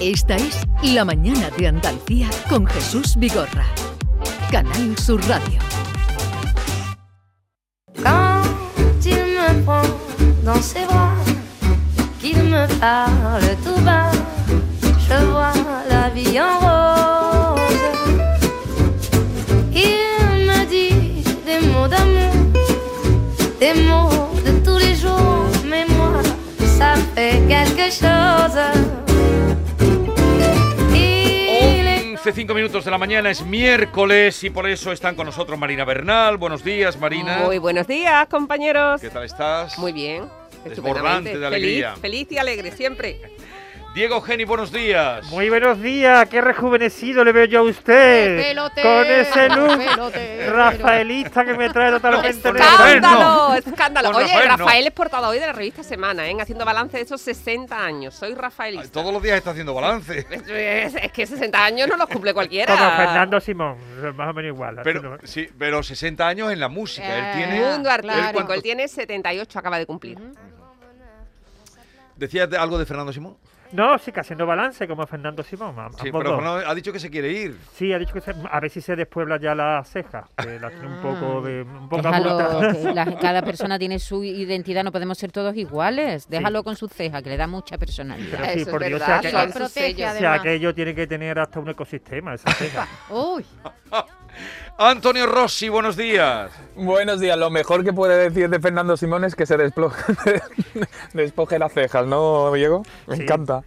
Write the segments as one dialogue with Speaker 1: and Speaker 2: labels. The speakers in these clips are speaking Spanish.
Speaker 1: Esta es La Mañana de Andalucía con Jesús Vigorra. Canal Sur Radio.
Speaker 2: Quand il me prend dans ses bras, qu'il me parle tout bas, je vois la vie en rose. Il me dit des mots d'amour, des mots de tous les jours, mais moi, ça me fait quelque chose. Il est
Speaker 3: 11, 5 minutos de la mañana, es miércoles y por eso están con nosotros Marina Bernal. Buenos días, Marina.
Speaker 4: Muy buenos días, compañeros.
Speaker 3: ¿Qué tal estás?
Speaker 4: Muy bien.
Speaker 3: Desbordante
Speaker 4: estupendamente.
Speaker 3: de alegría.
Speaker 4: Feliz, feliz y alegre siempre.
Speaker 3: Diego Geni, buenos días.
Speaker 5: Muy buenos días, qué rejuvenecido le veo yo a usted. Con ese look rafaelista que me trae totalmente
Speaker 4: Escándalo, escándalo.
Speaker 3: Con
Speaker 4: Oye,
Speaker 3: Rafael no.
Speaker 4: Rafael es portada hoy de la revista Semana, ¿eh? haciendo balance de esos 60 años. Soy
Speaker 3: Ay,
Speaker 4: rafaelista.
Speaker 3: Todos los días está haciendo balance.
Speaker 4: Es, es que 60 años no los cumple cualquiera.
Speaker 5: Como Fernando Simón, más o menos igual.
Speaker 3: Pero, sí, pero 60 años en la música. Él tiene,
Speaker 4: Mundo artístico.
Speaker 3: él cuánto-
Speaker 4: Él tiene 78, acaba de cumplir.
Speaker 3: ¿Decías de- algo de Fernando Simón?
Speaker 5: No, sí, que haciendo balance como Fernando Simón. am-
Speaker 3: Sí,
Speaker 5: ambos
Speaker 3: pero
Speaker 5: dos.
Speaker 3: Fernando ha dicho que se quiere ir.
Speaker 5: Sí, ha dicho que se- a ver si se despuebla ya la ceja, que la tiene un poco de un poco
Speaker 6: Ah. Déjalo,
Speaker 5: abrupta.
Speaker 6: que la- cada persona tiene su identidad, no podemos ser todos iguales. Déjalo con sus cejas, que le da mucha personalidad.
Speaker 5: Pero
Speaker 4: Eso
Speaker 5: sí,
Speaker 4: es
Speaker 5: por Dios,
Speaker 4: verdad,
Speaker 5: si aqu-
Speaker 4: son
Speaker 5: si
Speaker 4: sus
Speaker 7: protege,
Speaker 4: sellos.
Speaker 5: aquello, tiene que tener hasta un ecosistema, esa ceja.
Speaker 7: Uy,
Speaker 3: Antonio Rossi, buenos días.
Speaker 8: Buenos días. Lo mejor que puede decir de Fernando Simón es que se desplo- despoje las cejas, ¿no, Diego? Me
Speaker 5: Sí.
Speaker 8: encanta.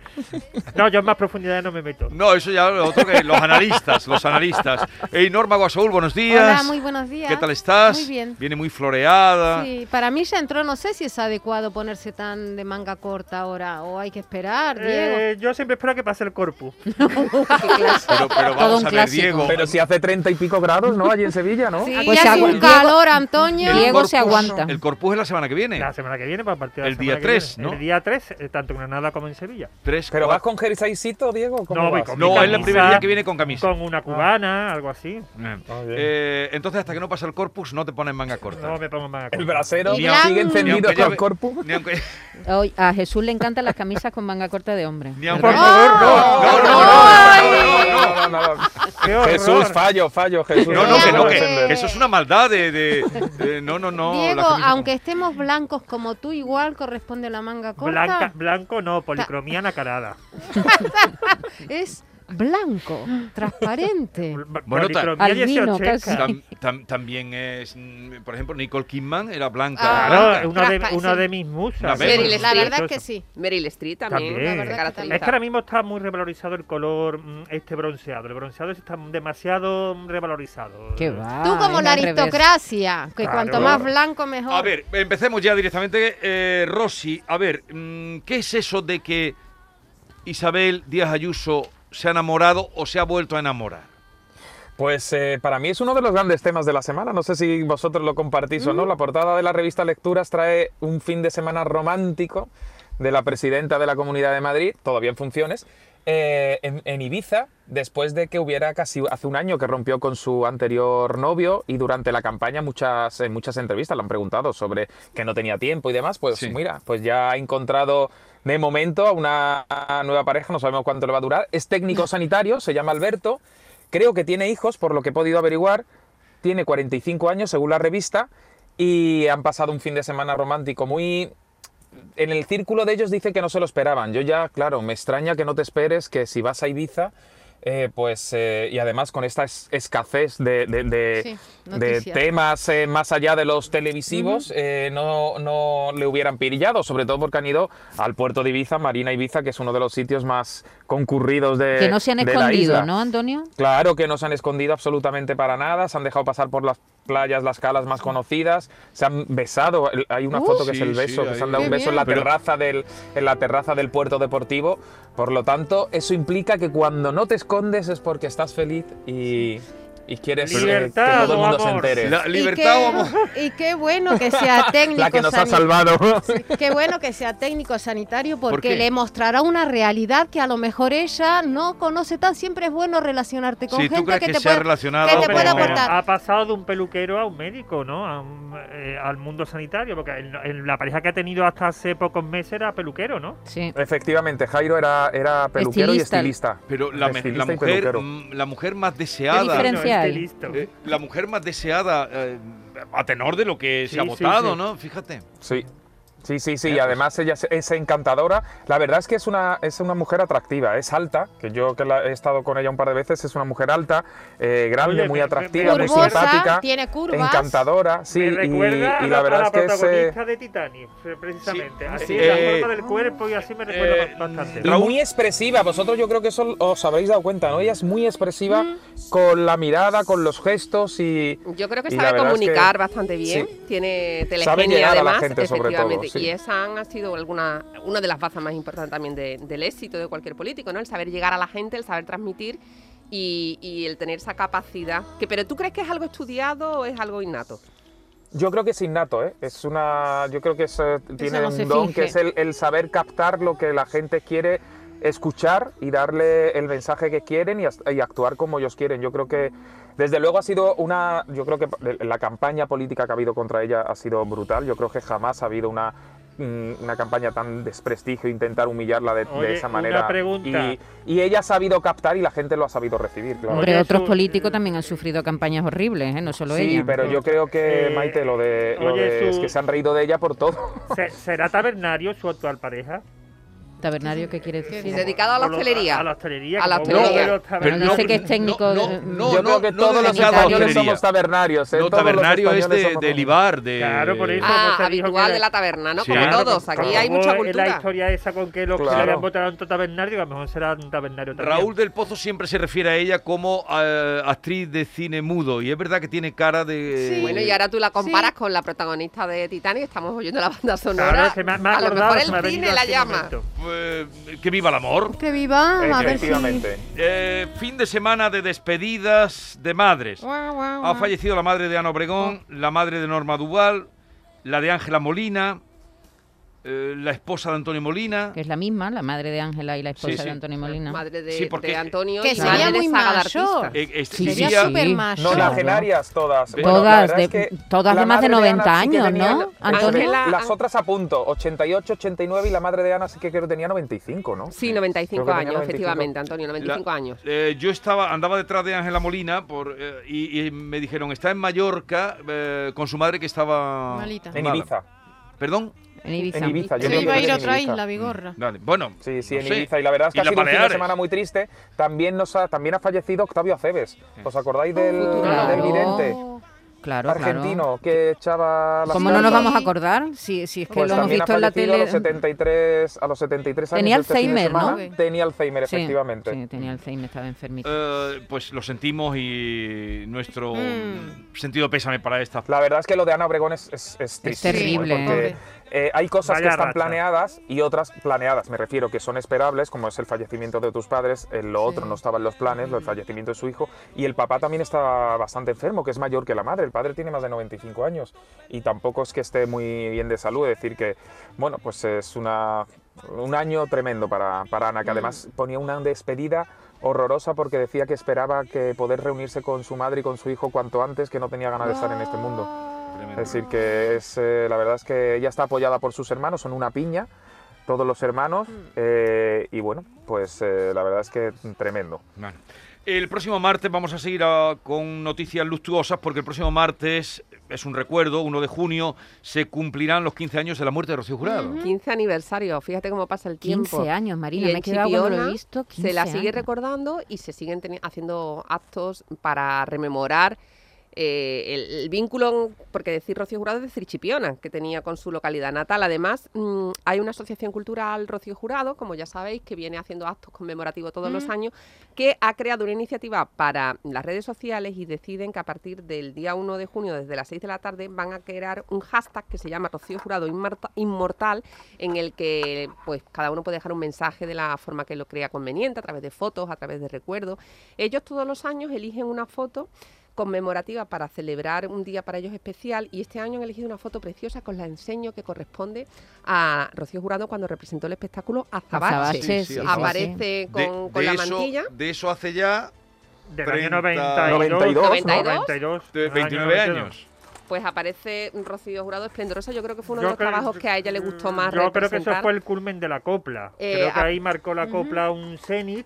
Speaker 5: No, yo en más profundidad no me meto.
Speaker 3: No, eso ya lo otro que los analistas, los analistas. Ey, Norma Guasoul, buenos días.
Speaker 7: hola, muy buenos días.
Speaker 3: ¿Qué tal estás?
Speaker 7: Muy bien.
Speaker 3: Viene muy floreada.
Speaker 7: Sí, para mí ya entró, no sé si es adecuado ponerse tan de manga corta ahora o hay que esperar, Diego.
Speaker 5: Eh, yo siempre espero que pase el corpus.
Speaker 3: Pero, pero
Speaker 6: Todo
Speaker 3: vamos
Speaker 6: un
Speaker 3: a ver,
Speaker 6: clásico.
Speaker 3: Diego.
Speaker 8: Pero si hace treinta y pico grados, ¿no? Allí en Sevilla, ¿no?
Speaker 7: Sí,
Speaker 6: Pues
Speaker 7: hace
Speaker 6: agua-
Speaker 7: un
Speaker 6: Diego-
Speaker 7: calor, Antonio.
Speaker 6: El Diego se
Speaker 3: corpus-
Speaker 6: aguanta.
Speaker 3: El corpus es la semana que viene.
Speaker 5: La semana que viene, para partir de
Speaker 3: El
Speaker 5: la
Speaker 3: día
Speaker 5: semana que
Speaker 3: tres,
Speaker 5: viene.
Speaker 3: ¿no?
Speaker 5: El día 3, tanto en Granada como en Sevilla.
Speaker 3: Tres,
Speaker 8: ¿Pero vas
Speaker 3: cuatro-
Speaker 8: con jerseysito, Diego? ¿Cómo
Speaker 5: No, voy
Speaker 8: vas?
Speaker 5: con mi
Speaker 3: No, es la
Speaker 5: camisa.
Speaker 3: primera día que viene con camisa.
Speaker 5: Con una cubana, algo así.
Speaker 8: Ah, bien.
Speaker 3: Eh, entonces, hasta que no pasa el corpus, no te pones manga corta.
Speaker 5: No me pongo más a
Speaker 8: El
Speaker 5: corto.
Speaker 8: brasero
Speaker 7: Y
Speaker 8: sigue
Speaker 7: blanco.
Speaker 3: Ni
Speaker 8: encendido
Speaker 3: aunque
Speaker 8: hasta el
Speaker 3: lleve-
Speaker 8: corpus.
Speaker 3: Ni aunque,
Speaker 6: Hoy a Jesús le encantan las camisas con manga corta de hombre.
Speaker 3: ni aunque-
Speaker 5: Por favor, no.
Speaker 3: no, no, no, no, no, no, no,
Speaker 8: No, no, no.
Speaker 5: Qué horror.
Speaker 8: Jesús, fallo, fallo, Jesús.
Speaker 3: no, no, que no, que,
Speaker 7: Hombre.
Speaker 3: que eso es una maldad de, de- de- no, no, no.
Speaker 7: Diego,
Speaker 3: la camisa-
Speaker 7: aunque estemos blancos como tú, igual corresponde la manga corta.
Speaker 5: Blanca, blanco no, policromía nacarada.
Speaker 7: Es blanco, transparente.
Speaker 3: Bueno, ta-
Speaker 5: policromía
Speaker 6: Albino,
Speaker 5: 18.
Speaker 6: casi.
Speaker 3: tam- tam- también es, mm, por ejemplo, Nicole Kidman era blanca.
Speaker 7: Ah,
Speaker 5: Claro,
Speaker 3: blanca.
Speaker 5: es una de,
Speaker 7: Raspa,
Speaker 5: una
Speaker 7: sí.
Speaker 5: de mis musas.
Speaker 3: Una
Speaker 5: ¿no?
Speaker 3: Meryl
Speaker 5: Por
Speaker 7: La
Speaker 5: supuesto.
Speaker 7: verdad es que sí.
Speaker 4: Meryl Streep también.
Speaker 5: También.
Speaker 4: se
Speaker 5: Es que
Speaker 4: caracteriza.
Speaker 5: Es que ahora mismo está muy revalorizado el color mm, este bronceado. El bronceado está demasiado mm, revalorizado.
Speaker 6: Qué va.
Speaker 7: Tú como
Speaker 6: es
Speaker 7: la
Speaker 6: al revés.
Speaker 7: aristocracia, que
Speaker 5: Claro.
Speaker 7: cuanto más blanco mejor.
Speaker 3: A ver, empecemos ya directamente. Eh, Rosy, a ver, mm, ¿qué es eso de que Isabel Díaz Ayuso se ha enamorado o se ha vuelto a enamorar?
Speaker 8: Pues eh, para mí es uno de los grandes temas de la semana. No sé si vosotros lo compartís o no. La portada de la revista Lecturas trae un fin de semana romántico de la presidenta de la Comunidad de Madrid, todavía en funciones, eh, en, en Ibiza, después de que hubiera casi hace un año que rompió con su anterior novio y durante la campaña muchas, en muchas entrevistas le han preguntado sobre que no tenía tiempo y demás. Pues
Speaker 3: Sí.
Speaker 8: mira, pues ya ha encontrado de momento a una nueva pareja, no sabemos cuánto le va a durar. Es técnico sanitario, se llama Alberto. Creo que tiene hijos, por lo que he podido averiguar. Tiene 45 años, según la revista, y han pasado un fin de semana romántico muy... En el círculo de ellos dice que no se lo esperaban. Yo ya, claro, me extraña que no te esperes que si vas a Ibiza, eh, pues... eh, y además con esta es- escasez de, de- de-
Speaker 7: Sí,
Speaker 8: de
Speaker 7: noticias.
Speaker 8: temas eh, más allá de los televisivos, eh, no, no le hubieran pillado, sobre todo porque han ido al puerto de Ibiza, Marina Ibiza, que es uno de los sitios más concurridos de
Speaker 6: Que no se han
Speaker 8: Eh, de la
Speaker 6: escondido,
Speaker 8: isla.
Speaker 6: ¿no, Antonio?
Speaker 8: Claro que no se han escondido absolutamente para nada, se han dejado pasar por las playas, las calas más conocidas, se han besado, el- hay una
Speaker 7: Uh,
Speaker 8: foto que
Speaker 3: Sí,
Speaker 8: es el
Speaker 3: sí,
Speaker 8: beso, que
Speaker 3: ahí.
Speaker 8: se han dado
Speaker 7: Qué
Speaker 8: un beso en la,
Speaker 3: bien. Pero-
Speaker 8: terraza del, en la terraza del puerto deportivo, por lo tanto eso implica que cuando no te escondes es porque estás feliz y... y quieres eh,
Speaker 5: Libertad
Speaker 8: que todo el
Speaker 5: o
Speaker 8: mundo se
Speaker 5: amor.
Speaker 8: entere.
Speaker 3: La
Speaker 7: Y
Speaker 3: libertad
Speaker 7: qué-
Speaker 3: o amor.
Speaker 7: Y qué bueno que sea técnico.
Speaker 8: La que nos ha
Speaker 7: sanit-
Speaker 8: salvado.
Speaker 7: Qué bueno que sea técnico sanitario
Speaker 3: ¿Por
Speaker 7: porque
Speaker 3: qué?
Speaker 7: le mostrará una realidad que a lo mejor ella no conoce tan. Siempre es bueno relacionarte con
Speaker 3: Si tú
Speaker 7: gente
Speaker 3: crees
Speaker 7: que,
Speaker 3: que
Speaker 7: te
Speaker 3: se ha
Speaker 7: puede.
Speaker 3: relacionado
Speaker 7: que te
Speaker 3: con-
Speaker 7: puede aportar.
Speaker 5: ha pasado de un peluquero a un médico, ¿no? A un, eh, al mundo sanitario, porque el- el- la pareja que ha tenido hasta hace pocos meses era peluquero, ¿no?
Speaker 6: Sí.
Speaker 8: Efectivamente, Jairo era, era peluquero
Speaker 6: Estilista.
Speaker 8: y estilista.
Speaker 3: Pero la, me- la
Speaker 8: Estilista y
Speaker 3: mujer,
Speaker 8: peluquero.
Speaker 3: mm, la mujer más
Speaker 6: Qué
Speaker 3: deseada,
Speaker 6: diferencia. hay.
Speaker 5: listo.
Speaker 3: eh, la mujer más deseada eh, a tenor de lo que
Speaker 5: Sí,
Speaker 3: se ha
Speaker 5: sí,
Speaker 3: votado,
Speaker 5: sí.
Speaker 3: ¿no? Fíjate.
Speaker 8: Sí. Sí, sí, sí, y
Speaker 5: pues.
Speaker 8: además ella es- es encantadora. La verdad es que es una, es una mujer atractiva, es alta, que yo que la- he estado con ella un par de veces, es una mujer alta, eh, grande,
Speaker 5: Oye,
Speaker 8: muy
Speaker 5: me- me-
Speaker 8: atractiva,
Speaker 5: me-
Speaker 8: muy
Speaker 5: Curvosa,
Speaker 8: simpática,
Speaker 7: tiene curvas.
Speaker 8: encantadora, sí,
Speaker 5: Me
Speaker 8: y,
Speaker 5: recuerda
Speaker 8: y
Speaker 5: a
Speaker 8: la
Speaker 5: la,
Speaker 8: verdad
Speaker 5: a la
Speaker 8: es eh, que es
Speaker 5: protagonista de Titanic, eh, precisamente. Así,
Speaker 3: eh,
Speaker 5: la forma del cuerpo y así me
Speaker 3: eh,
Speaker 5: recuerda bastante.
Speaker 3: Raúl-
Speaker 8: muy expresiva, vosotros yo creo que eso os habréis dado cuenta, ¿no? Ella es muy expresiva
Speaker 7: Mm.
Speaker 8: con la mirada, con los gestos y...
Speaker 4: Yo creo que
Speaker 8: y la
Speaker 4: sabe
Speaker 8: verdad es que-
Speaker 4: comunicar bastante bien.
Speaker 8: sí.
Speaker 4: Tiene
Speaker 8: Sabe
Speaker 4: telegenia
Speaker 8: llegar a la
Speaker 4: además,
Speaker 8: gente, sobre todo,
Speaker 4: efectivamente.
Speaker 8: sí.
Speaker 4: Y esa han- ha sido alguna, una de las bazas más importantes también de- del éxito de cualquier político, ¿no? El saber llegar a la gente, el saber transmitir y, y el tener esa capacidad. Que, pero ¿tú crees que es algo estudiado o es algo innato?
Speaker 8: Yo creo que es innato, ¿eh? Es una, yo creo que es, eh, tiene
Speaker 7: no se
Speaker 8: un don
Speaker 7: finge.
Speaker 8: que es el, el saber captar lo que la gente quiere escuchar y darle el mensaje que quieren y, as- y actuar como ellos quieren. Yo creo que, desde luego, ha sido una, yo creo que la campaña política que ha habido contra ella ha sido brutal. Yo creo que jamás ha habido una, mm, una campaña tan desprestigio, intentar humillarla de, de
Speaker 5: Oye,
Speaker 8: esa
Speaker 5: una
Speaker 8: manera.
Speaker 5: pregunta.
Speaker 8: Y, y ella ha sabido captar y la gente lo ha sabido recibir, claro.
Speaker 6: Hombre,
Speaker 5: Oye,
Speaker 6: otros
Speaker 5: eso,
Speaker 6: políticos
Speaker 5: eh,
Speaker 6: también han sufrido campañas horribles, ¿eh? no solo
Speaker 8: Sí,
Speaker 6: ella.
Speaker 8: pero yo creo que,
Speaker 5: Eh,
Speaker 8: Maite, lo de, lo
Speaker 5: oye,
Speaker 8: de- es
Speaker 5: su-
Speaker 8: que se han reído de ella por todo.
Speaker 5: Se- ¿Será Tabernario su actual pareja?
Speaker 6: Tabernario, ¿qué quiere decir?
Speaker 4: Dedicado a la
Speaker 5: O lo-
Speaker 4: hostelería.
Speaker 5: A la hostelería.
Speaker 4: A la
Speaker 5: como uno de
Speaker 4: hostelería.
Speaker 5: los
Speaker 3: Pero
Speaker 5: tabernarios.
Speaker 6: no- dice que es técnico
Speaker 3: No,
Speaker 6: de-
Speaker 3: no,
Speaker 8: Yo
Speaker 3: no,
Speaker 8: creo que
Speaker 3: no
Speaker 8: todos los
Speaker 3: dedicado a
Speaker 8: españoles
Speaker 3: hostelería.
Speaker 8: somos tabernarios. ¿eh?
Speaker 3: No,
Speaker 8: Todos los
Speaker 3: tabernario es
Speaker 8: españoles
Speaker 3: de,
Speaker 8: somos-
Speaker 3: del Ibar, de...
Speaker 5: Claro, por eso.
Speaker 4: Ah,
Speaker 5: no se dijo
Speaker 4: habitual
Speaker 5: que-
Speaker 4: de la taberna, ¿no?
Speaker 3: Sí,
Speaker 4: Como
Speaker 3: claro,
Speaker 4: todos, aquí
Speaker 5: Como
Speaker 4: hay mucha
Speaker 5: es la
Speaker 4: cultura.
Speaker 5: historia esa con que los que
Speaker 8: Claro.
Speaker 5: le habían votado a Anto Tabernario, que a lo mejor será un tabernario también.
Speaker 3: Raúl del Pozo siempre se refiere a ella como eh, actriz de cine mudo y es verdad que tiene cara de... eh,
Speaker 7: Sí.
Speaker 4: Bueno, y ahora tú la comparas
Speaker 7: Sí.
Speaker 4: con la protagonista de Titanic, estamos oyendo la banda sonora.
Speaker 5: Claro, se me ha, me ha
Speaker 4: a lo
Speaker 5: acordado,
Speaker 4: mejor
Speaker 5: se me ha
Speaker 4: el
Speaker 5: venido
Speaker 4: cine la
Speaker 5: así un
Speaker 4: llama.
Speaker 5: momento.
Speaker 3: Eh, que viva el amor.
Speaker 7: Que viva, a ver si.
Speaker 8: Efectivamente.
Speaker 3: Eh, fin de semana de despedidas de madres.
Speaker 7: Guau, guau,
Speaker 3: Ha
Speaker 7: guau.
Speaker 3: fallecido la madre de Ana Obregón,
Speaker 6: Oh.
Speaker 3: la madre de Norma Duval, la de Ángela Molina, eh, la esposa de Antonio Molina.
Speaker 6: Que es la misma, la madre de Ángela y la esposa
Speaker 3: sí.
Speaker 6: de Antonio Molina.
Speaker 4: Madre de,
Speaker 3: Sí, porque-
Speaker 4: de Antonio
Speaker 7: Que
Speaker 4: y
Speaker 7: sería
Speaker 4: madre
Speaker 7: muy
Speaker 4: de saga de
Speaker 7: mayor.
Speaker 4: artistas.
Speaker 3: Eh, este-
Speaker 6: Sí,
Speaker 7: Sería
Speaker 6: sí,
Speaker 3: vivía-
Speaker 7: súper
Speaker 6: sí.
Speaker 8: No,
Speaker 7: mayor.
Speaker 8: las
Speaker 6: Claro.
Speaker 8: genarias todas.
Speaker 3: Bueno,
Speaker 8: la
Speaker 6: Todas,
Speaker 8: verdad es
Speaker 6: de-
Speaker 8: que
Speaker 6: todas
Speaker 8: la
Speaker 6: de más de
Speaker 8: madre
Speaker 6: 90
Speaker 8: Ana sí que
Speaker 6: años,
Speaker 8: tenía-
Speaker 6: ¿no?
Speaker 4: Antonio. Ángela-
Speaker 8: Las otras a punto, 88, 89 y la madre de Ana sí que creo que tenía 95, ¿no?
Speaker 4: Sí,
Speaker 8: Creo
Speaker 4: 95
Speaker 8: que tenía
Speaker 4: años,
Speaker 8: 95.
Speaker 4: efectivamente, Antonio, 95
Speaker 3: La-
Speaker 4: años.
Speaker 3: Eh, yo estaba, andaba detrás de Ángela Molina por, eh, y, y me dijeron, está en Mallorca eh, con su madre que estaba...
Speaker 7: Malita.
Speaker 8: En
Speaker 3: mala".
Speaker 8: Ibiza.
Speaker 3: ¿Perdón?
Speaker 6: En Ibiza.
Speaker 8: En Ibiza. Yo
Speaker 4: Sí,
Speaker 8: creo que
Speaker 7: iba a
Speaker 8: es
Speaker 7: ir
Speaker 8: en
Speaker 7: a otra
Speaker 8: Ibiza.
Speaker 7: isla, Bigorra.
Speaker 3: Dale, bueno.
Speaker 8: Sí, sí,
Speaker 3: no
Speaker 8: en
Speaker 3: sé.
Speaker 8: Ibiza. Y la verdad es que
Speaker 3: Y
Speaker 8: ha
Speaker 3: las
Speaker 8: sido un fin de
Speaker 3: Baleares.
Speaker 8: semana muy triste. También nos ha, también ha fallecido Octavio Aceves. ¿Os acordáis del,
Speaker 6: Oh, Claro.
Speaker 8: del vidente
Speaker 7: Oh,
Speaker 6: Claro,
Speaker 8: argentino
Speaker 6: claro.
Speaker 8: que echaba las
Speaker 6: ¿Cómo no nos
Speaker 8: cartas?
Speaker 6: vamos a acordar? Si, si es que
Speaker 8: Pues
Speaker 6: lo hemos
Speaker 8: también ha
Speaker 6: visto en la
Speaker 8: fallecido
Speaker 6: tele.
Speaker 8: A los 73, a los 73 años.
Speaker 6: Tenía
Speaker 8: este fin de
Speaker 6: Alzheimer, ¿no?
Speaker 8: semana. Tenía Alzheimer,
Speaker 6: Sí,
Speaker 8: efectivamente.
Speaker 6: Sí, tenía Alzheimer, estaba enfermito.
Speaker 3: Eh, pues lo sentimos y nuestro
Speaker 6: Mm.
Speaker 3: sentido pésame para esta.
Speaker 8: La verdad es que lo de Ana Obregón es, es, es tristísimo,
Speaker 6: terrible,
Speaker 8: ¿eh? Porque,
Speaker 7: ¿eh?
Speaker 8: eh, hay cosas
Speaker 5: Vaya
Speaker 8: que están
Speaker 5: racha.
Speaker 8: planeadas y otras planeadas, me refiero, que son esperables, como es el fallecimiento de tus padres, eh, lo otro no estaba en los planes, lo del fallecimiento de su hijo, y el papá también está bastante enfermo, que es mayor que la madre, el padre tiene más de 95 años, y tampoco es que esté muy bien de salud, es decir que, bueno, pues es una, un año tremendo para, para Ana, que además ponía una despedida horrorosa porque decía que esperaba que poder reunirse con su madre y con su hijo cuanto antes, que no tenía ganas de estar en este mundo. Es
Speaker 3: Tremendo.
Speaker 8: decir, que es, eh, la verdad es que ella está apoyada por sus hermanos, son una piña, todos los hermanos, eh, y bueno, pues eh, la verdad es que tremendo.
Speaker 3: Bueno. El próximo martes vamos a seguir ah, con noticias luctuosas porque el próximo martes es un recuerdo, 1 de junio, se cumplirán los 15 años de la muerte de Rocío Jurado.
Speaker 7: Mm.
Speaker 4: 15 aniversario, fíjate cómo pasa el
Speaker 6: 15
Speaker 4: tiempo.
Speaker 6: años, Marina,
Speaker 4: Y
Speaker 6: me he
Speaker 4: en
Speaker 6: quedado cuando lo he
Speaker 4: Chipiona
Speaker 6: visto. 15
Speaker 4: Se la sigue
Speaker 6: años.
Speaker 4: recordando y se siguen teni- haciendo actos para rememorar eh, el, el vínculo, porque decir Rocío Jurado es decir Chipiona, que tenía con su localidad natal. Además, mm, hay una asociación cultural Rocío Jurado, como ya sabéis, que viene haciendo actos conmemorativos todos los años, que ha creado una iniciativa para las redes sociales y deciden que a partir del día 1 de junio, desde las 6 de la tarde, van a crear un hashtag que se llama Rocío Jurado Inmarta- Inmortal, en el que pues cada uno puede dejar un mensaje de la forma que lo crea conveniente, a través de fotos, a través de recuerdos. Ellos todos los años eligen una foto conmemorativa para celebrar un día para ellos especial y este año han elegido una foto preciosa con la enseño que corresponde a Rocío Jurado cuando representó el espectáculo Azabache.
Speaker 6: Azabache,
Speaker 3: Sí, sí,
Speaker 6: sí, sí, sí.
Speaker 4: Aparece con,
Speaker 3: De-
Speaker 4: con
Speaker 3: de
Speaker 4: la
Speaker 3: eso-
Speaker 4: mantilla.
Speaker 3: De eso hace ya
Speaker 5: Del
Speaker 3: 30,
Speaker 5: año 92.
Speaker 4: 92,
Speaker 5: 92,
Speaker 3: de
Speaker 5: del año
Speaker 3: 29
Speaker 5: 92.
Speaker 3: años.
Speaker 4: Pues aparece Rocío Jurado esplendorosa. Yo creo que fue uno de
Speaker 5: Yo
Speaker 4: los
Speaker 5: creo-
Speaker 4: trabajos que a ella le gustó más
Speaker 5: Yo creo que eso
Speaker 4: representar.
Speaker 5: fue el culmen de la copla.
Speaker 4: Eh,
Speaker 5: creo que
Speaker 4: a-
Speaker 5: ahí marcó la copla un cenit.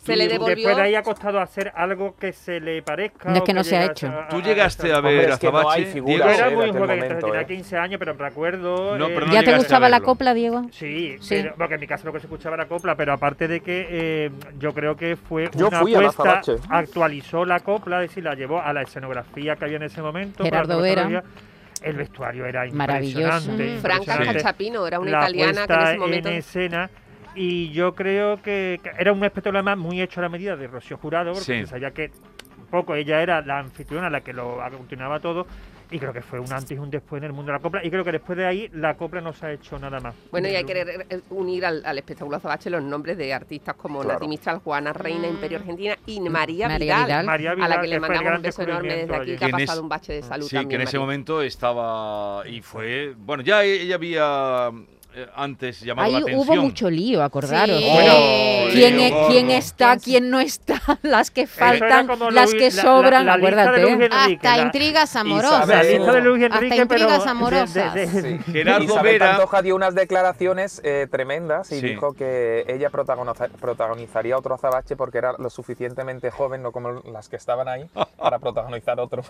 Speaker 4: Se
Speaker 5: y
Speaker 4: le devolvió-
Speaker 5: Después de ahí ha costado hacer algo que se le parezca.
Speaker 6: No, es
Speaker 5: o
Speaker 6: que no se ha
Speaker 5: llegase
Speaker 6: hecho.
Speaker 5: a-
Speaker 3: Tú
Speaker 5: a-
Speaker 3: llegaste a
Speaker 5: Hombre,
Speaker 3: ver
Speaker 8: es que no hay
Speaker 3: Azabache,
Speaker 5: Yo era
Speaker 8: figuras, eh,
Speaker 5: muy
Speaker 8: de aquel
Speaker 5: joven, entonces
Speaker 8: momento,
Speaker 5: tenía
Speaker 8: eh.
Speaker 5: 15 años, pero me eh, recuerdo.
Speaker 3: No, pero no
Speaker 6: ¿Ya te
Speaker 3: llegaste a
Speaker 6: gustaba la
Speaker 3: verlo.
Speaker 6: copla, Diego?
Speaker 5: Sí,
Speaker 6: Sí.
Speaker 5: pero- porque en mi caso lo que se escuchaba era copla, pero aparte de que eh, yo creo que fue
Speaker 8: Yo
Speaker 5: una
Speaker 8: fui al
Speaker 5: apuesta,
Speaker 8: azabache.
Speaker 5: actualizó la copla, es decir, la llevó a la escenografía que había en ese momento. para
Speaker 6: Gerardo
Speaker 5: la
Speaker 6: Vera.
Speaker 5: escenografía. El vestuario era
Speaker 6: Maravilloso.
Speaker 5: impresionante.
Speaker 6: Mm.
Speaker 4: Franca
Speaker 5: impresionante.
Speaker 4: Cachapino era una
Speaker 5: La
Speaker 4: italiana que en
Speaker 5: puesta
Speaker 4: ese momento.
Speaker 5: escena y yo creo que que era un espectáculo además muy hecho a la medida de Rocío Jurado, porque
Speaker 3: Sí.
Speaker 5: se sabía que un poco ella era la anfitriona la que lo aglutinaba todo. Y creo que fue un antes y un después en el mundo de la copla. Y creo que después de ahí la copla no se ha hecho nada más. Mm.
Speaker 4: Bueno, y hay
Speaker 5: Yo-
Speaker 4: que re- re- unir al, al espectáculo Azabache los nombres de artistas como
Speaker 8: Claro.
Speaker 4: Natimistas, Juana Reina, Imperio Argentina y María,
Speaker 6: Ah. María
Speaker 4: Vidal,
Speaker 6: Vidal.
Speaker 5: María
Speaker 4: a la
Speaker 5: Vidal,
Speaker 4: que le
Speaker 5: fue el
Speaker 4: mandamos un
Speaker 5: gran
Speaker 4: beso enorme desde
Speaker 5: descubrimiento
Speaker 4: aquí,
Speaker 5: ayer.
Speaker 4: que ha
Speaker 3: ayer. Que en
Speaker 4: pasado
Speaker 3: ese-
Speaker 4: un bache de salud
Speaker 3: Sí,
Speaker 4: también.
Speaker 3: que en ese
Speaker 4: María.
Speaker 3: momento estaba y fue, bueno, ya ella había eh, antes llamado
Speaker 6: Ahí
Speaker 3: la
Speaker 6: hubo
Speaker 3: atención.
Speaker 6: mucho lío, acordaros.
Speaker 7: Sí.
Speaker 6: de
Speaker 7: Bueno,
Speaker 6: ¿Quién,
Speaker 3: sí,
Speaker 6: es,
Speaker 3: gordo.
Speaker 6: quién está, quién no está? Las que
Speaker 5: Eso era
Speaker 6: faltan,
Speaker 5: como
Speaker 6: las
Speaker 5: Luis-
Speaker 6: que
Speaker 5: la- la-
Speaker 6: sobran,
Speaker 5: la lista de
Speaker 6: acuérdate.
Speaker 5: Luis
Speaker 6: ¿eh?
Speaker 5: Enrique,
Speaker 7: Hasta
Speaker 5: la-
Speaker 7: intrigas amorosas.
Speaker 5: La lista de Luis
Speaker 7: Hasta
Speaker 5: Enrique, pero
Speaker 7: intrigas
Speaker 5: de-
Speaker 7: amorosas.
Speaker 5: de- de-
Speaker 8: Sí.
Speaker 3: Gerardo
Speaker 8: Isabel
Speaker 3: Vera-
Speaker 8: Pantoja dio unas declaraciones eh, tremendas y
Speaker 3: Sí.
Speaker 8: dijo que ella protagoniza- protagonizaría otro azabache porque era lo suficientemente joven, no como las que estaban ahí, para protagonizar otro.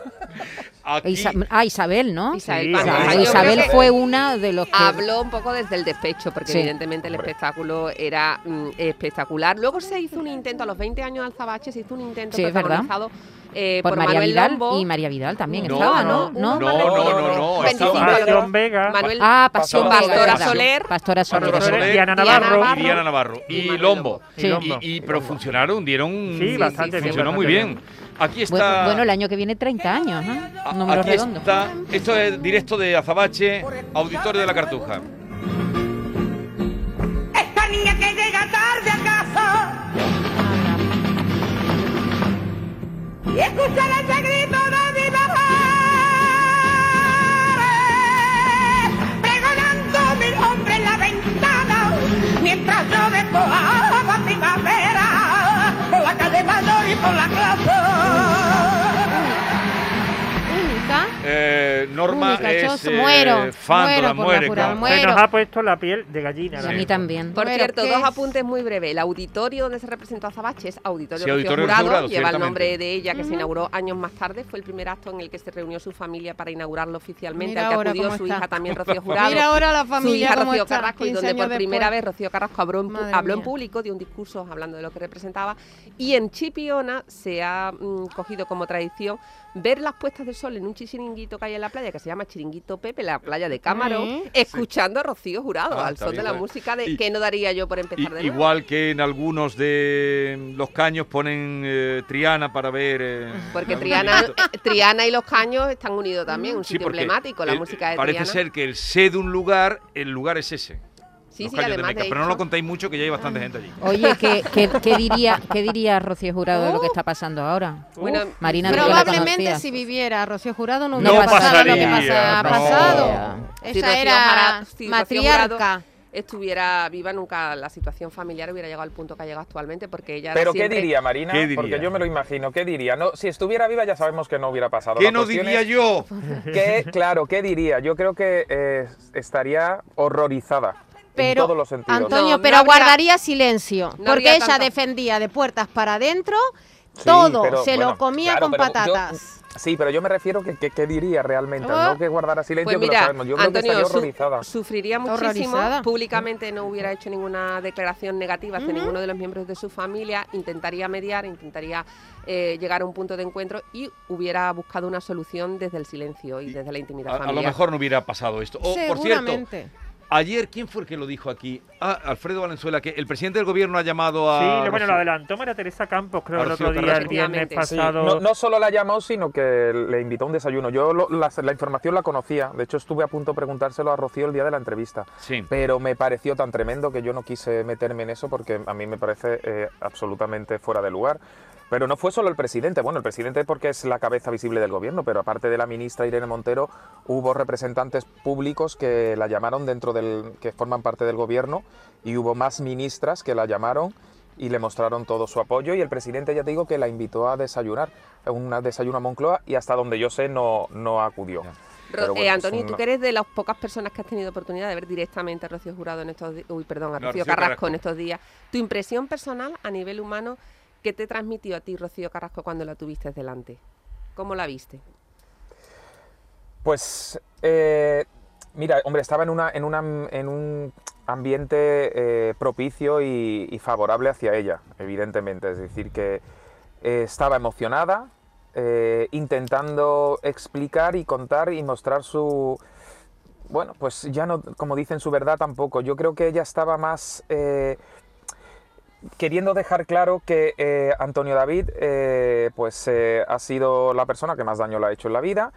Speaker 3: Aquí,
Speaker 6: Isa- ah, Isabel, ¿no?
Speaker 4: Isabel,
Speaker 5: Sí,
Speaker 4: Pantoja.
Speaker 6: Claro,
Speaker 5: Isabel.
Speaker 4: Yo
Speaker 6: Isabel
Speaker 4: creo que
Speaker 6: fue una de los que...
Speaker 4: Habló un poco desde el despecho, porque
Speaker 6: Sí.
Speaker 4: evidentemente el espectáculo era mm, espectacular. Luego se hizo un intento, a los 20 años de Alzabache, se hizo un intento
Speaker 6: Sí, es verdad.
Speaker 4: protagonizado eh,
Speaker 6: por, María
Speaker 4: Manuel
Speaker 6: Vidal
Speaker 4: Lombo.
Speaker 6: y María Vidal también
Speaker 3: No,
Speaker 6: estaba, ¿no?
Speaker 3: no, no, no, no, no,
Speaker 5: de-
Speaker 3: estaba-
Speaker 4: 25 a lo mejor.
Speaker 5: Pasión Vega.
Speaker 4: Manuel
Speaker 6: Ah, Pasión
Speaker 8: Pastora
Speaker 6: Vega,
Speaker 4: Soler.
Speaker 6: ¿verdad?
Speaker 4: Soler.
Speaker 6: Pastora Soler.
Speaker 3: Pastora Soler.
Speaker 5: Diana
Speaker 4: Diana
Speaker 5: Navarro.
Speaker 3: y Diana Navarro
Speaker 4: Y
Speaker 3: y,
Speaker 4: Manuel
Speaker 3: Lombo.
Speaker 4: Lombo.
Speaker 5: Sí.
Speaker 3: Y, y- pero funcionaron, dieron
Speaker 5: Sí, bastante bien,
Speaker 3: funcionó muy
Speaker 5: bastante
Speaker 3: bien. Aquí
Speaker 6: Bueno,
Speaker 3: está
Speaker 6: bueno, el año que viene 30 años, ¿no?
Speaker 3: a-
Speaker 6: Número
Speaker 3: aquí
Speaker 6: redondo.
Speaker 3: está esto es directo de Azabache, auditorio de la Cartuja.
Speaker 9: Esta niña que llega tarde a casa. Y escuchar ese grito de mi mujer. Pregonando mi nombre en la ventana. Mientras yo despojaba primavera. Por la calle Mayor y por la plaza.
Speaker 7: Única.
Speaker 3: Eh, Norma
Speaker 7: Única, yo
Speaker 3: es eh,
Speaker 7: muero,
Speaker 3: fan de la
Speaker 7: muero por la
Speaker 3: muere,
Speaker 7: pura
Speaker 3: claro.
Speaker 7: muerte.
Speaker 5: Se nos
Speaker 7: Bueno.
Speaker 5: ha puesto la piel de gallina.
Speaker 6: Y
Speaker 5: ahora
Speaker 6: a
Speaker 3: Sí.
Speaker 6: mí
Speaker 5: mismo.
Speaker 6: también.
Speaker 4: Por
Speaker 7: Bueno,
Speaker 4: cierto,
Speaker 7: ¿qué
Speaker 4: dos
Speaker 7: es?
Speaker 4: apuntes muy breves. El auditorio donde se representó Azabache es Auditorio
Speaker 3: Sí,
Speaker 4: Rocío
Speaker 3: Auditorio Rocío
Speaker 4: Jurado,
Speaker 3: Jurado,
Speaker 4: lleva el
Speaker 3: ciertamente.
Speaker 4: nombre de ella, que se inauguró años más tarde. Fue el primer acto en el que se reunió su familia para inaugurarlo oficialmente,
Speaker 7: Mira
Speaker 4: al que
Speaker 7: ahora
Speaker 4: acudió
Speaker 7: cómo
Speaker 4: su
Speaker 7: está.
Speaker 4: hija también, Rocío Jurado.
Speaker 7: Mira ahora la
Speaker 4: su
Speaker 7: familia
Speaker 4: hija
Speaker 7: cómo
Speaker 4: Rocío
Speaker 7: está,
Speaker 4: Carrasco y
Speaker 7: 15
Speaker 4: donde por
Speaker 7: años
Speaker 4: primera
Speaker 7: después.
Speaker 4: vez Rocío Carrasco habló en, pu-
Speaker 7: Madre
Speaker 4: habló en
Speaker 7: mía.
Speaker 4: público, dio un discurso hablando de lo que representaba y en Chipiona se ha mm, cogido como tradición ver las puestas del sol en un chiringuito que hay en la playa que se llama Chiringuito Pepe, la playa de Camarón,
Speaker 7: Mm.
Speaker 4: escuchando a Rocío Jurado
Speaker 3: Ah,
Speaker 4: al
Speaker 3: está
Speaker 4: son de
Speaker 3: bien,
Speaker 4: la
Speaker 3: está bien.
Speaker 4: música de
Speaker 3: Y-
Speaker 4: que no daría yo por
Speaker 3: I-
Speaker 4: empezar de nuevo.
Speaker 3: igual que en algunos de los caños ponen eh, Triana para ver. eh,
Speaker 4: Porque
Speaker 3: algún
Speaker 4: Triana,
Speaker 3: directo.
Speaker 4: eh, Triana y los caños están unidos también, un
Speaker 3: Sí,
Speaker 4: sitio
Speaker 3: porque,
Speaker 4: emblemático, la
Speaker 3: eh,
Speaker 4: música de
Speaker 3: Parece
Speaker 4: Triana.
Speaker 3: ser que el sé de un lugar, el lugar es ese.
Speaker 4: sí,
Speaker 3: los
Speaker 4: sí,
Speaker 3: Cayos de
Speaker 4: además
Speaker 3: Meca.
Speaker 4: de Ah.
Speaker 3: Pero no lo
Speaker 4: esto-
Speaker 3: contáis mucho, que ya hay bastante gente allí.
Speaker 6: Oye, ¿qué, qué, qué diría, ¿qué diría Rocío Jurado de lo que está pasando ahora?
Speaker 4: Bueno,
Speaker 6: Marina, tú que la
Speaker 7: Probablemente
Speaker 6: conocías.
Speaker 7: si viviera Rocío Jurado no
Speaker 3: No
Speaker 7: hubiera pasado lo que
Speaker 3: pasaría,
Speaker 7: pasa- ha
Speaker 3: no.
Speaker 7: pasado.
Speaker 4: Si
Speaker 7: Esa
Speaker 4: Rocío
Speaker 7: era
Speaker 4: Jara- si Rocío
Speaker 7: matriarca.
Speaker 4: Jurado estuviera viva, nunca la situación familiar hubiera llegado al punto que ha llegado actualmente, porque ella era
Speaker 8: Pero ¿qué
Speaker 4: siempre-
Speaker 8: diría Marina?
Speaker 3: ¿Qué diría?
Speaker 8: Porque yo me lo imagino, ¿qué diría? No, si estuviera viva ya sabemos que no hubiera pasado.
Speaker 3: ¿Qué
Speaker 8: La
Speaker 3: no
Speaker 8: cuestión
Speaker 3: diría
Speaker 8: es
Speaker 3: yo?
Speaker 8: que- claro, ¿qué diría? Yo creo que eh, estaría horrorizada
Speaker 7: Pero,
Speaker 8: en todos los sentidos.
Speaker 7: Antonio,
Speaker 4: No,
Speaker 7: pero
Speaker 4: no habría-
Speaker 7: guardaría silencio,
Speaker 4: no
Speaker 7: porque
Speaker 4: habría
Speaker 7: ella
Speaker 4: tanta-
Speaker 7: defendía de puertas para adentro
Speaker 8: Sí,
Speaker 7: todo,
Speaker 8: pero,
Speaker 7: se
Speaker 8: bueno,
Speaker 7: lo comía
Speaker 8: claro,
Speaker 7: con
Speaker 8: pero yo-
Speaker 7: patatas.
Speaker 8: sí, pero yo me refiero que qué diría realmente,
Speaker 7: Ah.
Speaker 8: no que guardara silencio,
Speaker 4: Pues
Speaker 8: que
Speaker 4: mira,
Speaker 8: lo sabemos. Yo creo que
Speaker 4: Antonio,
Speaker 8: estaría
Speaker 4: su-
Speaker 8: horrorizada.
Speaker 4: sufriría
Speaker 7: Horrorizada.
Speaker 4: muchísimo. Públicamente no hubiera hecho ninguna declaración negativa hacia ninguno de los miembros de su familia. Intentaría mediar, intentaría eh, llegar a un punto de encuentro y hubiera buscado una solución desde el silencio y desde la
Speaker 3: A,
Speaker 4: intimidad
Speaker 3: a
Speaker 4: familiar.
Speaker 3: lo mejor no hubiera pasado esto. O, por cierto,
Speaker 7: Seguramente.
Speaker 3: ayer, ¿quién fue el que lo dijo aquí? Ah, Alfredo Valenzuela, que el presidente del gobierno ha llamado a.
Speaker 5: Sí, lo- bueno, lo
Speaker 3: Ah, Rocío.
Speaker 5: adelantó María Teresa Campos, creo,
Speaker 3: A
Speaker 5: el
Speaker 3: Rocío
Speaker 5: otro día, el
Speaker 3: Carrasco.
Speaker 5: viernes
Speaker 4: Efectivamente.
Speaker 8: Sí,
Speaker 5: pasado.
Speaker 8: no, no solo la llamó, sino que le invitó a un desayuno. Yo lo- la, la información la conocía. De hecho, estuve a punto de preguntárselo a Rocío el día de la entrevista.
Speaker 3: Sí.
Speaker 8: Pero me pareció tan tremendo que yo no quise meterme en eso porque a mí me parece eh, absolutamente fuera de lugar. Pero no fue solo el presidente, bueno, el presidente porque es la cabeza visible del gobierno, pero aparte de la ministra Irene Montero, hubo representantes públicos que la llamaron dentro del, que forman parte del gobierno, y hubo más ministras que la llamaron y le mostraron todo su apoyo y el presidente ya te digo que la invitó a desayunar, a un desayuno a Moncloa y hasta donde yo sé no, no acudió.
Speaker 4: Ro-
Speaker 8: Pero
Speaker 4: eh,
Speaker 8: bueno, es
Speaker 4: Antonio, tú
Speaker 8: una-
Speaker 4: que eres de las pocas personas que has tenido oportunidad de ver directamente a Rocío Jurado en estos días, uy, perdón, a
Speaker 3: No,
Speaker 4: Rocío
Speaker 3: Rocío
Speaker 4: Carrasco,
Speaker 3: Carrasco.
Speaker 4: en estos días, tu impresión personal a nivel humano, ¿qué te transmitió a ti Rocío Carrasco cuando la tuviste delante? ¿Cómo la viste?
Speaker 8: Pues, eh, mira, hombre, estaba en, una, en, una, en un ambiente eh, propicio y, y favorable hacia ella, evidentemente. Es decir, que eh, estaba emocionada, eh, intentando explicar y contar y mostrar su... Bueno, pues ya no, como dicen, su verdad tampoco. Yo creo que ella estaba más... eh, queriendo dejar claro que eh, Antonio David eh, pues eh, ha sido la persona que más daño le ha hecho en la vida,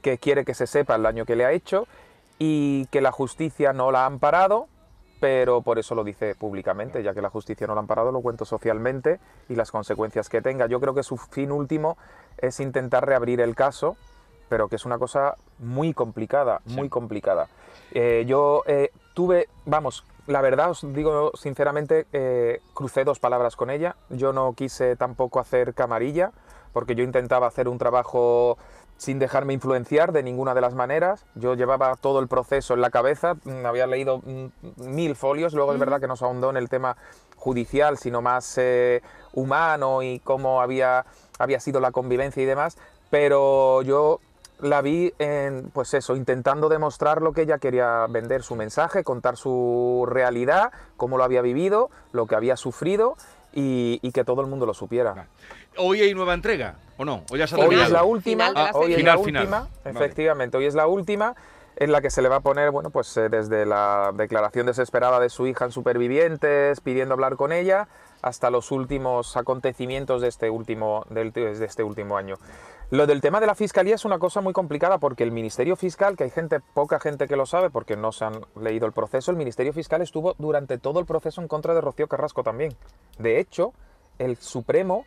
Speaker 8: que quiere que se sepa el daño que le ha hecho y que la justicia no la ha amparado, pero por eso lo dice públicamente, ya que la justicia no la ha amparado, lo cuento socialmente y las consecuencias que tenga. Yo creo que su fin último es intentar reabrir el caso, pero que es una cosa muy complicada, muy complicada. Eh, yo eh, tuve, vamos, la verdad os digo sinceramente, eh, crucé dos palabras con ella. Yo no quise tampoco hacer camarilla, porque yo intentaba hacer un trabajo sin dejarme influenciar de ninguna de las maneras. Yo llevaba todo el proceso en la cabeza, mm, había leído mm, mil folios, luego es verdad que nos ahondó en el tema judicial, sino más eh, humano y cómo había, había sido la convivencia y demás, pero yo la vi en, pues eso, intentando demostrar lo que ella quería vender, su mensaje, contar su realidad, cómo lo había vivido, lo que había sufrido y, y que todo el mundo lo supiera.
Speaker 3: Hoy hay nueva entrega, ¿o no? ¿O ya se ha
Speaker 8: Hoy
Speaker 3: terminado?
Speaker 8: es la última,
Speaker 4: Final de la
Speaker 8: ah, hoy es
Speaker 4: serie.
Speaker 8: la
Speaker 3: Final, final.
Speaker 8: última,
Speaker 3: Vale.
Speaker 8: efectivamente, hoy es la última en la que se le va a poner, bueno, pues eh, desde la declaración desesperada de su hija en Supervivientes, pidiendo hablar con ella, hasta los últimos acontecimientos de este último, del- de este último año. Lo del tema de la fiscalía es una cosa muy complicada porque el Ministerio Fiscal, que hay gente, poca gente que lo sabe porque no se han leído el proceso, el Ministerio Fiscal estuvo durante todo el proceso en contra de Rocío Carrasco también. De hecho, el Supremo,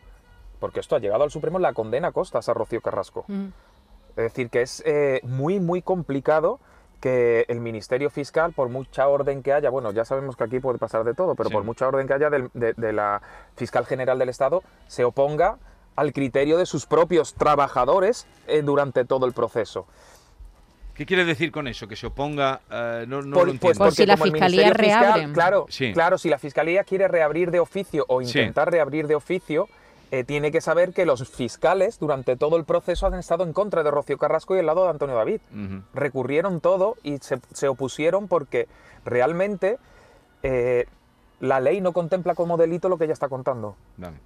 Speaker 8: porque esto ha llegado al Supremo, la condena a costas a Rocío Carrasco. Es decir, que es eh, muy, muy complicado que el Ministerio Fiscal, por mucha orden que haya, bueno, ya sabemos que aquí puede pasar de todo, pero
Speaker 3: Sí.
Speaker 8: por mucha orden que haya del- de, de la Fiscal General del Estado, se oponga al criterio de sus propios trabajadores eh, durante todo el proceso.
Speaker 3: ¿Qué quieres decir con eso? Que se oponga. eh, no no
Speaker 8: Por-
Speaker 3: lo
Speaker 8: pues
Speaker 3: entiendo.
Speaker 6: Por si la
Speaker 8: como el
Speaker 6: fiscalía
Speaker 8: Ministerio Fiscal,
Speaker 6: reabre.
Speaker 8: claro,
Speaker 3: Sí.
Speaker 8: claro, si la fiscalía quiere reabrir de oficio o
Speaker 3: Sí.
Speaker 8: intentar reabrir de oficio, eh, tiene que saber que los fiscales durante todo el proceso han estado en contra de Rocío Carrasco y el lado de Antonio David.
Speaker 3: Ujú.
Speaker 8: recurrieron todo y se, se opusieron porque realmente eh, la ley no contempla como delito lo que ella está contando.
Speaker 3: Vale.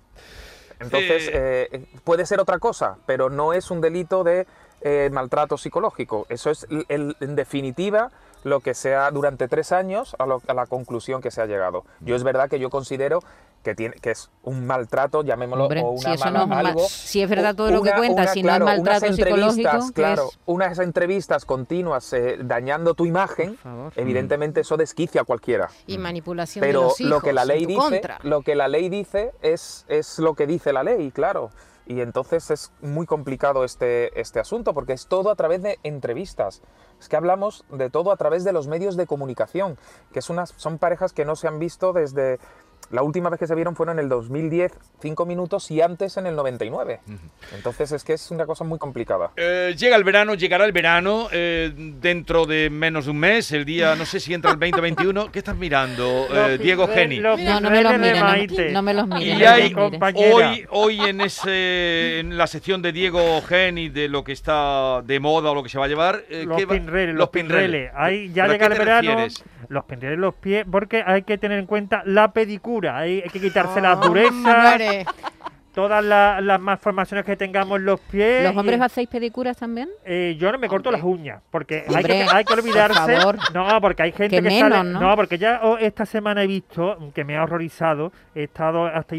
Speaker 8: Entonces,
Speaker 3: Eh,
Speaker 8: eh, puede ser otra cosa, pero no es un delito de eh, maltrato psicológico. Eso es, l- el- en definitiva, lo que sea durante tres años a, lo- a la conclusión que se ha llegado. Yo es verdad que yo considero que, tiene, que es un maltrato, llamémoslo,
Speaker 6: Hombre,
Speaker 8: o una
Speaker 6: si eso
Speaker 8: mala-
Speaker 6: no es mal-
Speaker 8: algo.
Speaker 6: si es verdad
Speaker 8: U-
Speaker 6: todo lo que cuenta, si no es
Speaker 8: claro,
Speaker 6: maltrato
Speaker 8: unas entrevistas,
Speaker 6: psicológico, ¿qué
Speaker 8: Claro,
Speaker 6: es?
Speaker 8: unas entrevistas continuas eh, dañando tu imagen, evidentemente eso desquicia a cualquiera
Speaker 6: Mm.
Speaker 7: Y manipulación
Speaker 8: pero
Speaker 7: de los hijos
Speaker 8: lo que la
Speaker 7: en
Speaker 8: ley
Speaker 7: tu
Speaker 8: dice
Speaker 7: contra.
Speaker 8: lo que la ley dice es es lo que dice la ley claro y entonces es muy complicado este este asunto porque es todo a través de entrevistas es que hablamos de todo a través de los medios de comunicación que es unas son parejas que no se han visto desde la última vez que se vieron fueron en el 2010, cinco minutos, y antes en el 99. Entonces es que es una cosa muy complicada.
Speaker 3: Eh, llega el verano, llegará el verano eh, dentro de menos de un mes, el día, no sé si entra el 2021. ¿Qué estás mirando, eh, Diego Geni?
Speaker 6: No, no me los mire, no me- no, me los mire.
Speaker 3: Y
Speaker 6: no me
Speaker 3: hay-
Speaker 6: los mire.
Speaker 3: Hoy, hoy en, ese, en la sección de Diego Geni de lo que está de moda o lo que se va a llevar. eh,
Speaker 5: los
Speaker 3: ¿qué va-
Speaker 5: pinreles, los pinreles. Ahí
Speaker 3: ¿Pero
Speaker 5: ya
Speaker 3: a
Speaker 5: llega
Speaker 3: qué
Speaker 5: el
Speaker 3: te
Speaker 5: verano.
Speaker 3: refieres?
Speaker 5: Los pinreles en los pies, porque hay que tener en cuenta la pedicura. Hay, hay que quitarse
Speaker 6: Ah,
Speaker 5: las durezas,
Speaker 7: Hombre.
Speaker 5: todas la- las malformaciones que tengamos en los pies.
Speaker 6: ¿Los hombres
Speaker 5: y-
Speaker 6: hacéis pedicuras también?
Speaker 5: eh, yo no me corto las uñas, porque hay
Speaker 6: Hombre,
Speaker 5: que, hay que
Speaker 6: por
Speaker 5: olvidarse.
Speaker 6: favor.
Speaker 5: No, porque hay gente
Speaker 6: Que
Speaker 5: que,
Speaker 6: menos,
Speaker 5: sale.
Speaker 6: ¿no?
Speaker 5: porque ya oh, esta semana he visto que me ha horrorizado, he estado hasta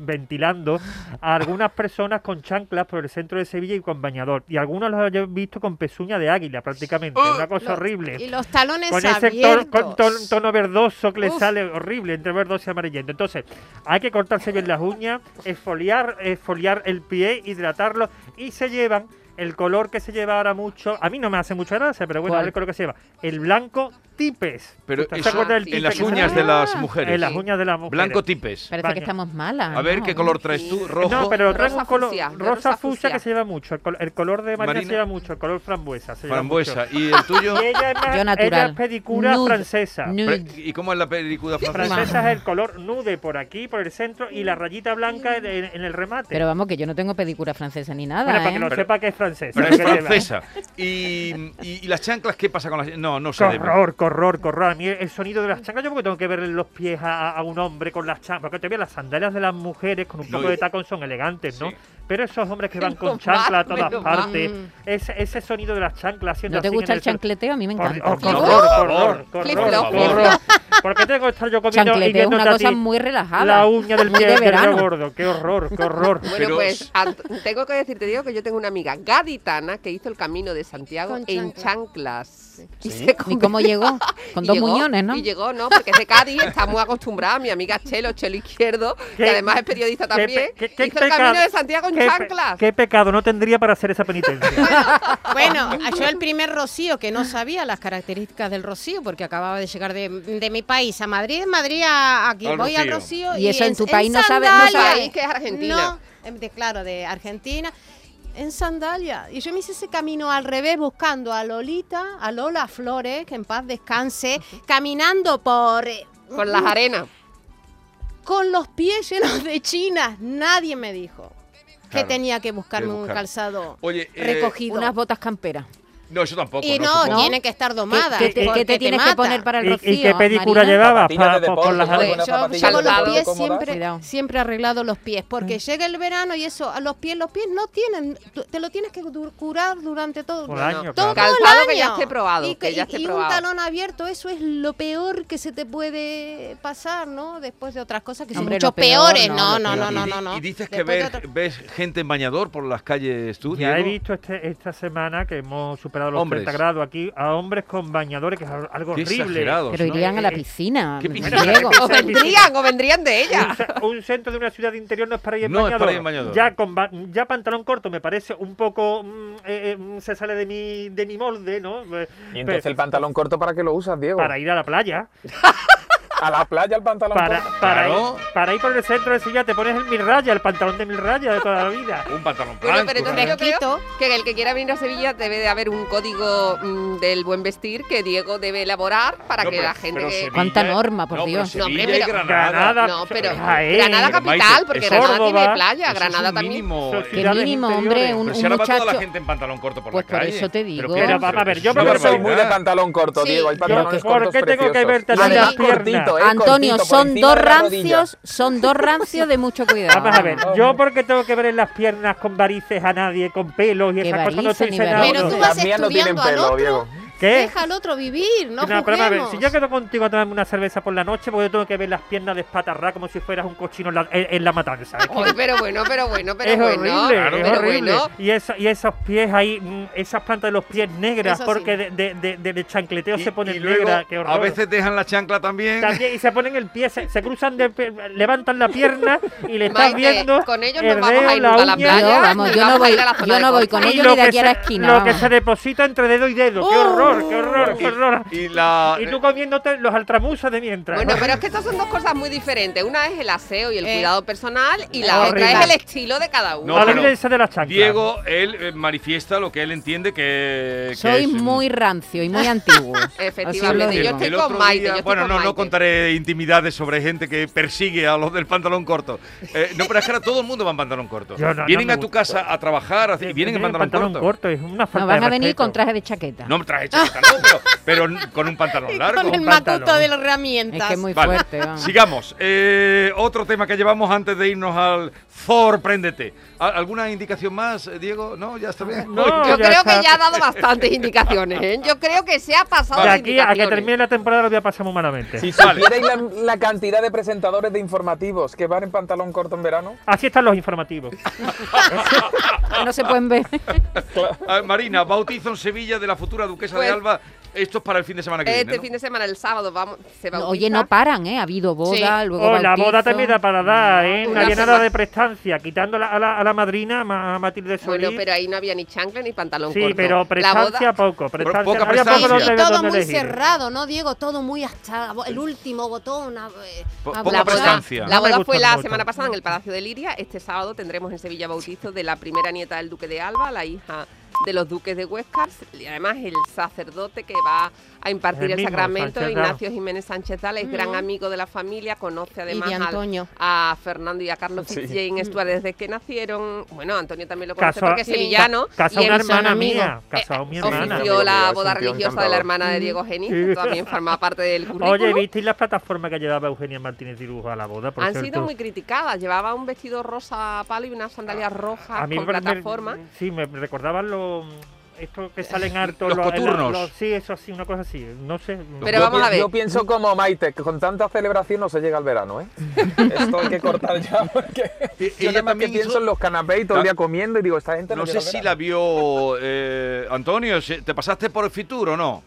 Speaker 5: hiperventilando a algunas personas con chanclas por el centro de Sevilla y con bañador. Y algunos los he visto con pezuña de águila, prácticamente. una cosa
Speaker 7: Los-
Speaker 5: horrible
Speaker 7: Y los talones
Speaker 5: con ese tono,
Speaker 7: abiertos.
Speaker 5: con ton- tono verdoso que le
Speaker 7: Uf.
Speaker 5: sale horrible, entre verdoso y amarillento. Entonces, hay que cortarse bien las uñas, exfoliar, exfoliar el pie, hidratarlo y se llevan el color que se lleva ahora mucho. A mí no me hace mucha gracia, pero bueno,
Speaker 6: ¿Cuál?
Speaker 5: el color que se lleva. El blanco tipes.
Speaker 3: Pero
Speaker 5: ¿Te
Speaker 3: eso
Speaker 5: acuerdas
Speaker 3: en
Speaker 5: del tipe
Speaker 3: las
Speaker 5: que se
Speaker 3: uñas
Speaker 5: pone?
Speaker 3: de las
Speaker 6: Ah,
Speaker 3: mujeres.
Speaker 5: En las uñas de las mujeres.
Speaker 3: Blanco tipes.
Speaker 6: Parece
Speaker 5: España.
Speaker 6: que estamos malas.
Speaker 3: A ver
Speaker 6: ¿no?
Speaker 3: qué color traes tú, rojo.
Speaker 5: No, pero trae un
Speaker 4: Rosa
Speaker 5: color
Speaker 4: fucsia, de
Speaker 5: rosa,
Speaker 4: rosa
Speaker 5: fucsia que
Speaker 4: fucsia.
Speaker 5: se lleva mucho. El, col- el color de Marina,
Speaker 3: Marina.
Speaker 5: se lleva mucho, el color frambuesa. se lleva
Speaker 3: frambuesa.
Speaker 5: mucho.
Speaker 3: ¿Y el tuyo?
Speaker 5: Y ella es, más,
Speaker 6: Yo natural.
Speaker 5: ella es pedicura
Speaker 6: Nude,
Speaker 5: francesa.
Speaker 6: nude.
Speaker 3: Pre- ¿Y cómo es la película francesa?
Speaker 5: Francesa es el color nude por aquí, por el centro, y la rayita blanca en, en- en el remate.
Speaker 6: Pero vamos, que yo no tengo pedicura francesa ni nada.
Speaker 5: bueno, para que
Speaker 6: ¿eh?
Speaker 5: lo sepa que es francesa.
Speaker 3: Pero es
Speaker 5: que lleva.
Speaker 3: francesa. Y, y- y las chanclas qué pasa con las.? No, no se debe.
Speaker 5: Corror, corror, corror. A mí el sonido de las chanclas, yo porque tengo que ver los pies a, a un hombre con las chanclas. Porque te veo las sandalias de las mujeres con un
Speaker 3: No,
Speaker 5: poco
Speaker 3: y-
Speaker 5: de tacón son elegantes, ¿no?
Speaker 3: Sí.
Speaker 5: Pero esos hombres que van con
Speaker 4: Menos
Speaker 5: chanclas a
Speaker 4: mal,
Speaker 5: todas
Speaker 4: menos
Speaker 5: partes,
Speaker 7: mal.
Speaker 5: ese, ese sonido de las chanclas haciendo
Speaker 6: ¿No te
Speaker 5: así en
Speaker 6: gusta el
Speaker 5: suelo.
Speaker 6: chancleteo? A mí me
Speaker 5: Por-
Speaker 6: encanta.
Speaker 5: oh,
Speaker 3: Flip-flop.
Speaker 5: corror,
Speaker 3: Por
Speaker 5: corror,
Speaker 3: favor.
Speaker 5: corror,
Speaker 4: Flip-flop.
Speaker 5: corror. ¿Por qué tengo que estar yo comiendo y
Speaker 6: Chancleteo es
Speaker 5: viendo
Speaker 6: una
Speaker 5: a ti
Speaker 6: cosa muy relajada.
Speaker 5: la uña del
Speaker 6: muy
Speaker 5: pie
Speaker 6: de
Speaker 5: del dedo
Speaker 6: verano.
Speaker 5: gordo? Qué horror, qué horror.
Speaker 4: Bueno,
Speaker 3: Pero-
Speaker 4: pues Ant- tengo que decirte, digo que yo tengo una amiga gaditana que hizo el camino de Santiago
Speaker 7: Con
Speaker 4: en
Speaker 7: chanclas.
Speaker 4: chanclas. Y
Speaker 8: Sí.
Speaker 4: se
Speaker 6: ¿Y
Speaker 4: convirtió-
Speaker 6: cómo llegó? Con
Speaker 4: Y
Speaker 6: dos
Speaker 4: llegó,
Speaker 6: muñones, ¿no?
Speaker 4: Y llegó, no, porque es de Cádiz, está muy acostumbrada, mi amiga Chelo, Chelo Izquierdo,
Speaker 5: Qué-
Speaker 4: que además es periodista
Speaker 5: qué
Speaker 4: también,
Speaker 5: pe- qué- qué
Speaker 4: hizo el
Speaker 5: pecado-
Speaker 4: camino de Santiago en
Speaker 5: qué pe-
Speaker 4: chanclas.
Speaker 5: Qué pecado, no tendría para hacer esa penitencia.
Speaker 7: Bueno, yo el primer rocío que no sabía las características del rocío porque acababa de llegar de, de mi país a Madrid, Madrid a aquí
Speaker 3: Al
Speaker 7: voy al
Speaker 3: Rocío.
Speaker 7: rocío
Speaker 6: Y eso en tu país no sabe- no
Speaker 7: sandalia.
Speaker 6: sabe.
Speaker 4: País que es Argentina.
Speaker 7: No, em, de- claro, de Argentina. En sandalia. Y yo me hice ese camino al revés buscando a Lolita, a Lola Flores, que en paz descanse, caminando por eh,
Speaker 4: Con las arenas.
Speaker 7: con los pies llenos de chinas. Nadie me dijo que
Speaker 3: Claro,
Speaker 7: tenía que buscarme
Speaker 3: que
Speaker 7: un
Speaker 3: buscar.
Speaker 7: calzado
Speaker 3: Oye, eh,
Speaker 7: recogido.
Speaker 6: Unas botas camperas.
Speaker 3: No, eso tampoco.
Speaker 7: Y
Speaker 3: no,
Speaker 7: no,
Speaker 3: supongo.
Speaker 7: tiene que estar domada.
Speaker 6: ¿Qué, qué- qué
Speaker 7: porque
Speaker 6: te tienes que
Speaker 7: mata.
Speaker 6: poner para el
Speaker 5: ¿Y,
Speaker 6: rocío?
Speaker 5: y qué pedicura
Speaker 6: Marina?
Speaker 5: llevas?
Speaker 8: Zapatillas de deporte,
Speaker 5: las
Speaker 8: ¿no?
Speaker 5: arenas?
Speaker 7: Oye,
Speaker 8: Buena
Speaker 7: yo
Speaker 8: zapatilla
Speaker 7: llevo
Speaker 4: de
Speaker 7: los
Speaker 4: deporte,
Speaker 7: pies
Speaker 8: cómoda.
Speaker 7: siempre,
Speaker 6: Cuidado.
Speaker 7: siempre arreglados los pies, porque llega el verano y eso, a los pies, los pies no tienen, tú- te lo tienes que du- curar durante todo,
Speaker 5: Por
Speaker 7: todo
Speaker 5: año,
Speaker 7: el
Speaker 5: claro.
Speaker 4: Calzado que
Speaker 7: año.
Speaker 4: ya esté probado,
Speaker 7: Y,
Speaker 4: que ya
Speaker 7: y-
Speaker 4: esté
Speaker 7: y un
Speaker 4: probado.
Speaker 7: talón abierto, eso es lo peor que se te puede pasar, ¿no? Después de otras cosas que son
Speaker 6: Hombre,
Speaker 7: mucho
Speaker 6: lo peor,
Speaker 7: peores.
Speaker 6: no,
Speaker 7: No,
Speaker 6: lo
Speaker 7: no, no,
Speaker 3: Y
Speaker 7: no,
Speaker 3: di-
Speaker 7: no, no.
Speaker 3: Y dices que
Speaker 7: Después de
Speaker 3: ves,
Speaker 7: otra-
Speaker 3: ves gente en bañador por las calles tú,
Speaker 5: Ya he
Speaker 3: Diego.
Speaker 5: visto este- esta semana que hemos superado los
Speaker 3: Hombres.
Speaker 5: 30 grados aquí a hombres con bañadores, que es al- algo
Speaker 3: Qué
Speaker 5: horrible.
Speaker 3: exagerados,
Speaker 6: Pero
Speaker 3: ¿no?
Speaker 6: irían a la
Speaker 5: Eh,
Speaker 6: piscina.
Speaker 3: ¿Qué piscina?
Speaker 6: Diego.
Speaker 4: O vendrían, o vendrían de ella.
Speaker 5: Un,
Speaker 7: Ah,
Speaker 5: ce- un centro de una ciudad interior no es para ir en
Speaker 3: No es
Speaker 5: bañador.
Speaker 3: para ir en bañador.
Speaker 5: Ya, con ba- ya pantalón corto me parece un poco. mm, eh, eh, se sale de mi, de mi molde, ¿no? Eh,
Speaker 8: Y entonces
Speaker 5: pe-
Speaker 8: el pantalón corto para qué lo usas, Diego.
Speaker 5: Para ir a la playa.
Speaker 8: A la playa el pantalón
Speaker 5: Para,
Speaker 8: corto.
Speaker 5: para,
Speaker 3: Claro.
Speaker 5: ir, para ir por el centro de Sevilla te pones el mil raya, el pantalón de mil raya de toda la vida.
Speaker 3: Un pantalón
Speaker 4: Bueno,
Speaker 3: blanco.
Speaker 4: pero entonces yo creo que el que quiera venir a Sevilla debe de haber un código mm, del buen vestir que Diego debe elaborar para
Speaker 3: No,
Speaker 4: que
Speaker 3: pero-
Speaker 4: la gente...
Speaker 3: pero
Speaker 4: que-
Speaker 3: Sevilla-
Speaker 6: ¿Cuánta norma, por
Speaker 3: no, pero
Speaker 6: Dios?
Speaker 4: No, hombre,
Speaker 3: Sevilla y
Speaker 4: pero-
Speaker 3: Granada.
Speaker 4: No, pero
Speaker 5: Jaén,
Speaker 4: Granada
Speaker 3: Pero, Maite,
Speaker 4: capital, porque
Speaker 3: eso-
Speaker 4: Granada tiene
Speaker 5: Córdoba,
Speaker 4: playa,
Speaker 3: Eso es
Speaker 4: Granada
Speaker 3: un
Speaker 4: también.
Speaker 3: mínimo.
Speaker 5: Eso sí.
Speaker 3: eh,
Speaker 6: Qué
Speaker 5: ciudades
Speaker 6: mínimo,
Speaker 5: interiores.
Speaker 6: hombre, un,
Speaker 3: Pero
Speaker 6: un
Speaker 3: si ahora va toda la
Speaker 6: muchacho.
Speaker 3: gente en pantalón corto por
Speaker 6: Pues
Speaker 3: la
Speaker 6: por
Speaker 3: calle.
Speaker 6: eso te digo.
Speaker 3: qué
Speaker 5: Pero
Speaker 3: dices?
Speaker 5: vamos a ver,
Speaker 3: Eso
Speaker 5: yo
Speaker 3: es
Speaker 5: me
Speaker 8: Yo
Speaker 5: parece
Speaker 8: soy
Speaker 3: barbaridad.
Speaker 8: muy de pantalón corto,
Speaker 7: Sí.
Speaker 8: Diego. Hay
Speaker 7: Yo-
Speaker 8: pantalones
Speaker 5: ¿por
Speaker 8: cortos
Speaker 5: qué tengo que
Speaker 8: preciosos.
Speaker 5: verte a
Speaker 6: ti
Speaker 8: Además,
Speaker 6: las
Speaker 8: cortito,
Speaker 5: piernas?
Speaker 8: eh,
Speaker 6: Antonio,
Speaker 8: cortito, por
Speaker 6: son
Speaker 8: encima
Speaker 6: dos
Speaker 8: de la rodilla.
Speaker 6: rancios, son dos rancios de mucho cuidado.
Speaker 5: Vamos a ver, yo porque tengo que ver en las piernas con varices a nadie, con pelos y
Speaker 6: Qué
Speaker 5: esas cosas, no
Speaker 6: varices
Speaker 5: estoy
Speaker 6: ni
Speaker 5: cenado.
Speaker 6: varices.
Speaker 7: Pero tú
Speaker 5: ¿no?
Speaker 7: vas
Speaker 8: Las mías no tienen
Speaker 7: estudiando al
Speaker 8: pelo,
Speaker 7: otro,
Speaker 8: Diego.
Speaker 5: ¿Qué?
Speaker 7: Deja al otro vivir, no,
Speaker 5: No, pero vamos a ver,
Speaker 7: juzguemos.
Speaker 5: si yo quedo contigo a tomarme una cerveza por la noche, pues yo tengo que ver las piernas de espatarra como si fueras un cochino en la, en- en la matanza. ¿eh? Es que-
Speaker 4: Ay, pero bueno, pero bueno, pero
Speaker 5: es
Speaker 4: bueno.
Speaker 5: horrible, es
Speaker 4: pero
Speaker 5: horrible.
Speaker 4: bueno.
Speaker 5: Y, eso- y esos pies ahí, mm, esas plantas de los pies negras,
Speaker 7: Eso sí.
Speaker 5: porque de, de- de- de- del chancleteo
Speaker 3: Y-
Speaker 5: se ponen
Speaker 3: y luego,
Speaker 5: negras, qué horror.
Speaker 3: A veces dejan la chancla también.
Speaker 5: También, y se ponen el pie, se, se cruzan, de, pie- levantan la pierna y le estás
Speaker 4: Maite,
Speaker 5: viendo.
Speaker 4: con ellos
Speaker 5: el
Speaker 4: nos vamos
Speaker 5: dedo,
Speaker 4: a ir nunca a la
Speaker 5: uña,
Speaker 4: playa.
Speaker 6: Yo, vamos, yo
Speaker 4: Vamos a
Speaker 6: no voy,
Speaker 4: ir a la zona
Speaker 6: yo
Speaker 4: de
Speaker 6: no voy con
Speaker 4: confort.
Speaker 5: y
Speaker 6: ellos
Speaker 5: lo
Speaker 6: ni de
Speaker 5: que
Speaker 6: aquí a la
Speaker 5: se-
Speaker 6: esquina.
Speaker 5: Lo
Speaker 6: vamos.
Speaker 5: que se deposita entre dedo y dedo.
Speaker 4: Uh.
Speaker 5: ¡Qué horror, qué horror, qué horror!
Speaker 3: Y, y la. eh,
Speaker 5: Y tú comiéndote los altramusos de mientras.
Speaker 4: Bueno, pero es que estas son dos cosas muy diferentes. Una es el aseo y el
Speaker 7: Eh,
Speaker 4: cuidado personal y la
Speaker 5: horrible.
Speaker 4: otra es el estilo de cada uno.
Speaker 3: No, pero-
Speaker 5: Olvídense de las chanclas.
Speaker 3: Diego, él eh, manifiesta lo que él entiende que, que
Speaker 6: Soy
Speaker 3: es, mm,
Speaker 6: muy rancio y muy antiguo. Así os lo
Speaker 4: Efectivamente, yo
Speaker 6: digo.
Speaker 4: estoy
Speaker 3: El
Speaker 4: con
Speaker 3: otro
Speaker 4: Maite,
Speaker 3: día-
Speaker 4: yo estoy
Speaker 3: bueno,
Speaker 4: con
Speaker 3: no, no
Speaker 4: Maite.
Speaker 3: contaré intimidades sobre gente que persigue a los del pantalón corto. Eh, no, pero es que ahora todo el mundo va en pantalón corto.
Speaker 5: Yo no-
Speaker 3: vienen
Speaker 5: no me
Speaker 3: a tu
Speaker 5: gusta.
Speaker 3: casa a trabajar a- y vienen en pantalón, corto.
Speaker 5: es una falta
Speaker 6: No,
Speaker 5: de
Speaker 6: van a venir
Speaker 5: respeto.
Speaker 6: con traje de chaqueta.
Speaker 3: No me traes chaqueta, no, pero, pero n- con un pantalón largo.
Speaker 7: Con el
Speaker 5: pantalón.
Speaker 7: macuto de las
Speaker 6: Es
Speaker 7: herramientas.
Speaker 6: que es muy
Speaker 3: Vale,
Speaker 6: fuerte. vamos.
Speaker 3: Sigamos. Eh, otro tema que llevamos antes de irnos al sorpréndete. ¿Al- ¿Alguna indicación más, eh, Diego? No, ya está bien.
Speaker 5: No,
Speaker 4: Yo creo
Speaker 5: está.
Speaker 4: que ya ha dado bastantes indicaciones. ¿eh? Yo creo que se ha pasado
Speaker 5: De
Speaker 4: de
Speaker 5: aquí a que
Speaker 4: indicaciones.
Speaker 5: termine la temporada lo voy a pasar muy malamente.
Speaker 8: Si
Speaker 3: Vale.
Speaker 8: supierais la, la cantidad de presentadores de informativos que van en pantalón corto en verano,
Speaker 5: Así están los informativos.
Speaker 6: No se pueden ver.
Speaker 3: Ah, Marina, bautizo en Sevilla de la futura duquesa de
Speaker 4: Pues-
Speaker 3: Alba, esto es para el fin de semana que
Speaker 4: Este
Speaker 3: viene. ¿no?
Speaker 4: fin de semana, el sábado, vamos, se va
Speaker 6: Oye, no paran, ¿eh? Ha habido boda,
Speaker 7: Sí.
Speaker 6: luego
Speaker 5: Oh, la
Speaker 6: bautizo.
Speaker 5: boda también da para dar, ¿eh? No
Speaker 4: Una
Speaker 5: había nada
Speaker 4: semana.
Speaker 5: de prestancia, quitando la- a la, a la madrina, ma- a Matilde Solís.
Speaker 4: Bueno, pero ahí no había ni chancla ni pantalón
Speaker 5: sí,
Speaker 4: corto.
Speaker 5: pero
Speaker 4: La boda,
Speaker 5: prestancia poco, prestancia,
Speaker 3: poca
Speaker 5: había
Speaker 7: Y-
Speaker 5: poco
Speaker 3: prestancia.
Speaker 5: donde,
Speaker 7: y todo
Speaker 5: donde
Speaker 7: muy
Speaker 5: elegir.
Speaker 7: cerrado, ¿no, Diego? Todo muy hasta el último botón. a- eh,
Speaker 3: Po- poca
Speaker 7: a bla, bla.
Speaker 3: prestancia.
Speaker 4: la
Speaker 5: No me
Speaker 4: boda
Speaker 5: gusta,
Speaker 4: fue
Speaker 5: no me
Speaker 4: la
Speaker 5: gusta.
Speaker 4: semana pasada en el Palacio de Liria. Este sábado tendremos en Sevilla bautizo de la primera nieta del Duque de Alba, la hija de los duques de Huesca. Y además el sacerdote que va a impartir
Speaker 5: El
Speaker 4: el,
Speaker 5: mismo,
Speaker 4: sacramento,
Speaker 5: Sánchez Dal.
Speaker 4: Ignacio Jiménez Sánchez Dal, es gran amigo de la familia, conoce además
Speaker 7: de
Speaker 4: al-
Speaker 7: Antonio.
Speaker 4: a Fernando y a Carlos
Speaker 8: Sí.
Speaker 4: Fitzjames Stuart desde que nacieron. Bueno, Antonio también lo conoce
Speaker 5: Casó,
Speaker 4: porque es sevillano.
Speaker 5: casó
Speaker 4: y
Speaker 5: una
Speaker 4: él-
Speaker 5: hermana
Speaker 7: amigo.
Speaker 5: mía, casó a mi
Speaker 4: eh,
Speaker 5: hermana.
Speaker 4: Ofició la
Speaker 8: Amigo,
Speaker 4: boda
Speaker 8: es un tío
Speaker 4: religiosa de la
Speaker 8: encantador.
Speaker 4: hermana de Diego Geniz,
Speaker 5: Sí.
Speaker 4: que también forma parte del currículum.
Speaker 5: Oye, ¿visteis las plataformas que llevaba Eugenia Martínez Dirujo a la boda? Por
Speaker 4: Han
Speaker 5: cierto?
Speaker 4: sido muy criticadas. Llevaba un vestido rosa a palo y unas
Speaker 3: Ah,
Speaker 4: sandalias rojas con
Speaker 5: me- me-
Speaker 4: plataforma.
Speaker 5: sí, me recordaban los... Estos que salen hartos...
Speaker 3: Los
Speaker 5: en la-
Speaker 3: coturnos.
Speaker 5: los- sí, eso así, una cosa así. No sé. no-
Speaker 4: Pero
Speaker 8: yo,
Speaker 4: vamos a
Speaker 8: pi-
Speaker 4: ver.
Speaker 8: Yo pienso como Maite, que con tanta celebración no se llega al verano, ¿eh? Esto hay que cortar ya porque
Speaker 3: E- ella
Speaker 8: yo nada más que
Speaker 3: también
Speaker 8: pienso
Speaker 3: hizo-
Speaker 8: en los canapés y todo el día comiendo y digo, esta gente no,
Speaker 3: No sé
Speaker 8: llega al
Speaker 3: si la
Speaker 8: verano.
Speaker 3: vio eh, Antonio, se- ¿te pasaste por el Fitur o no?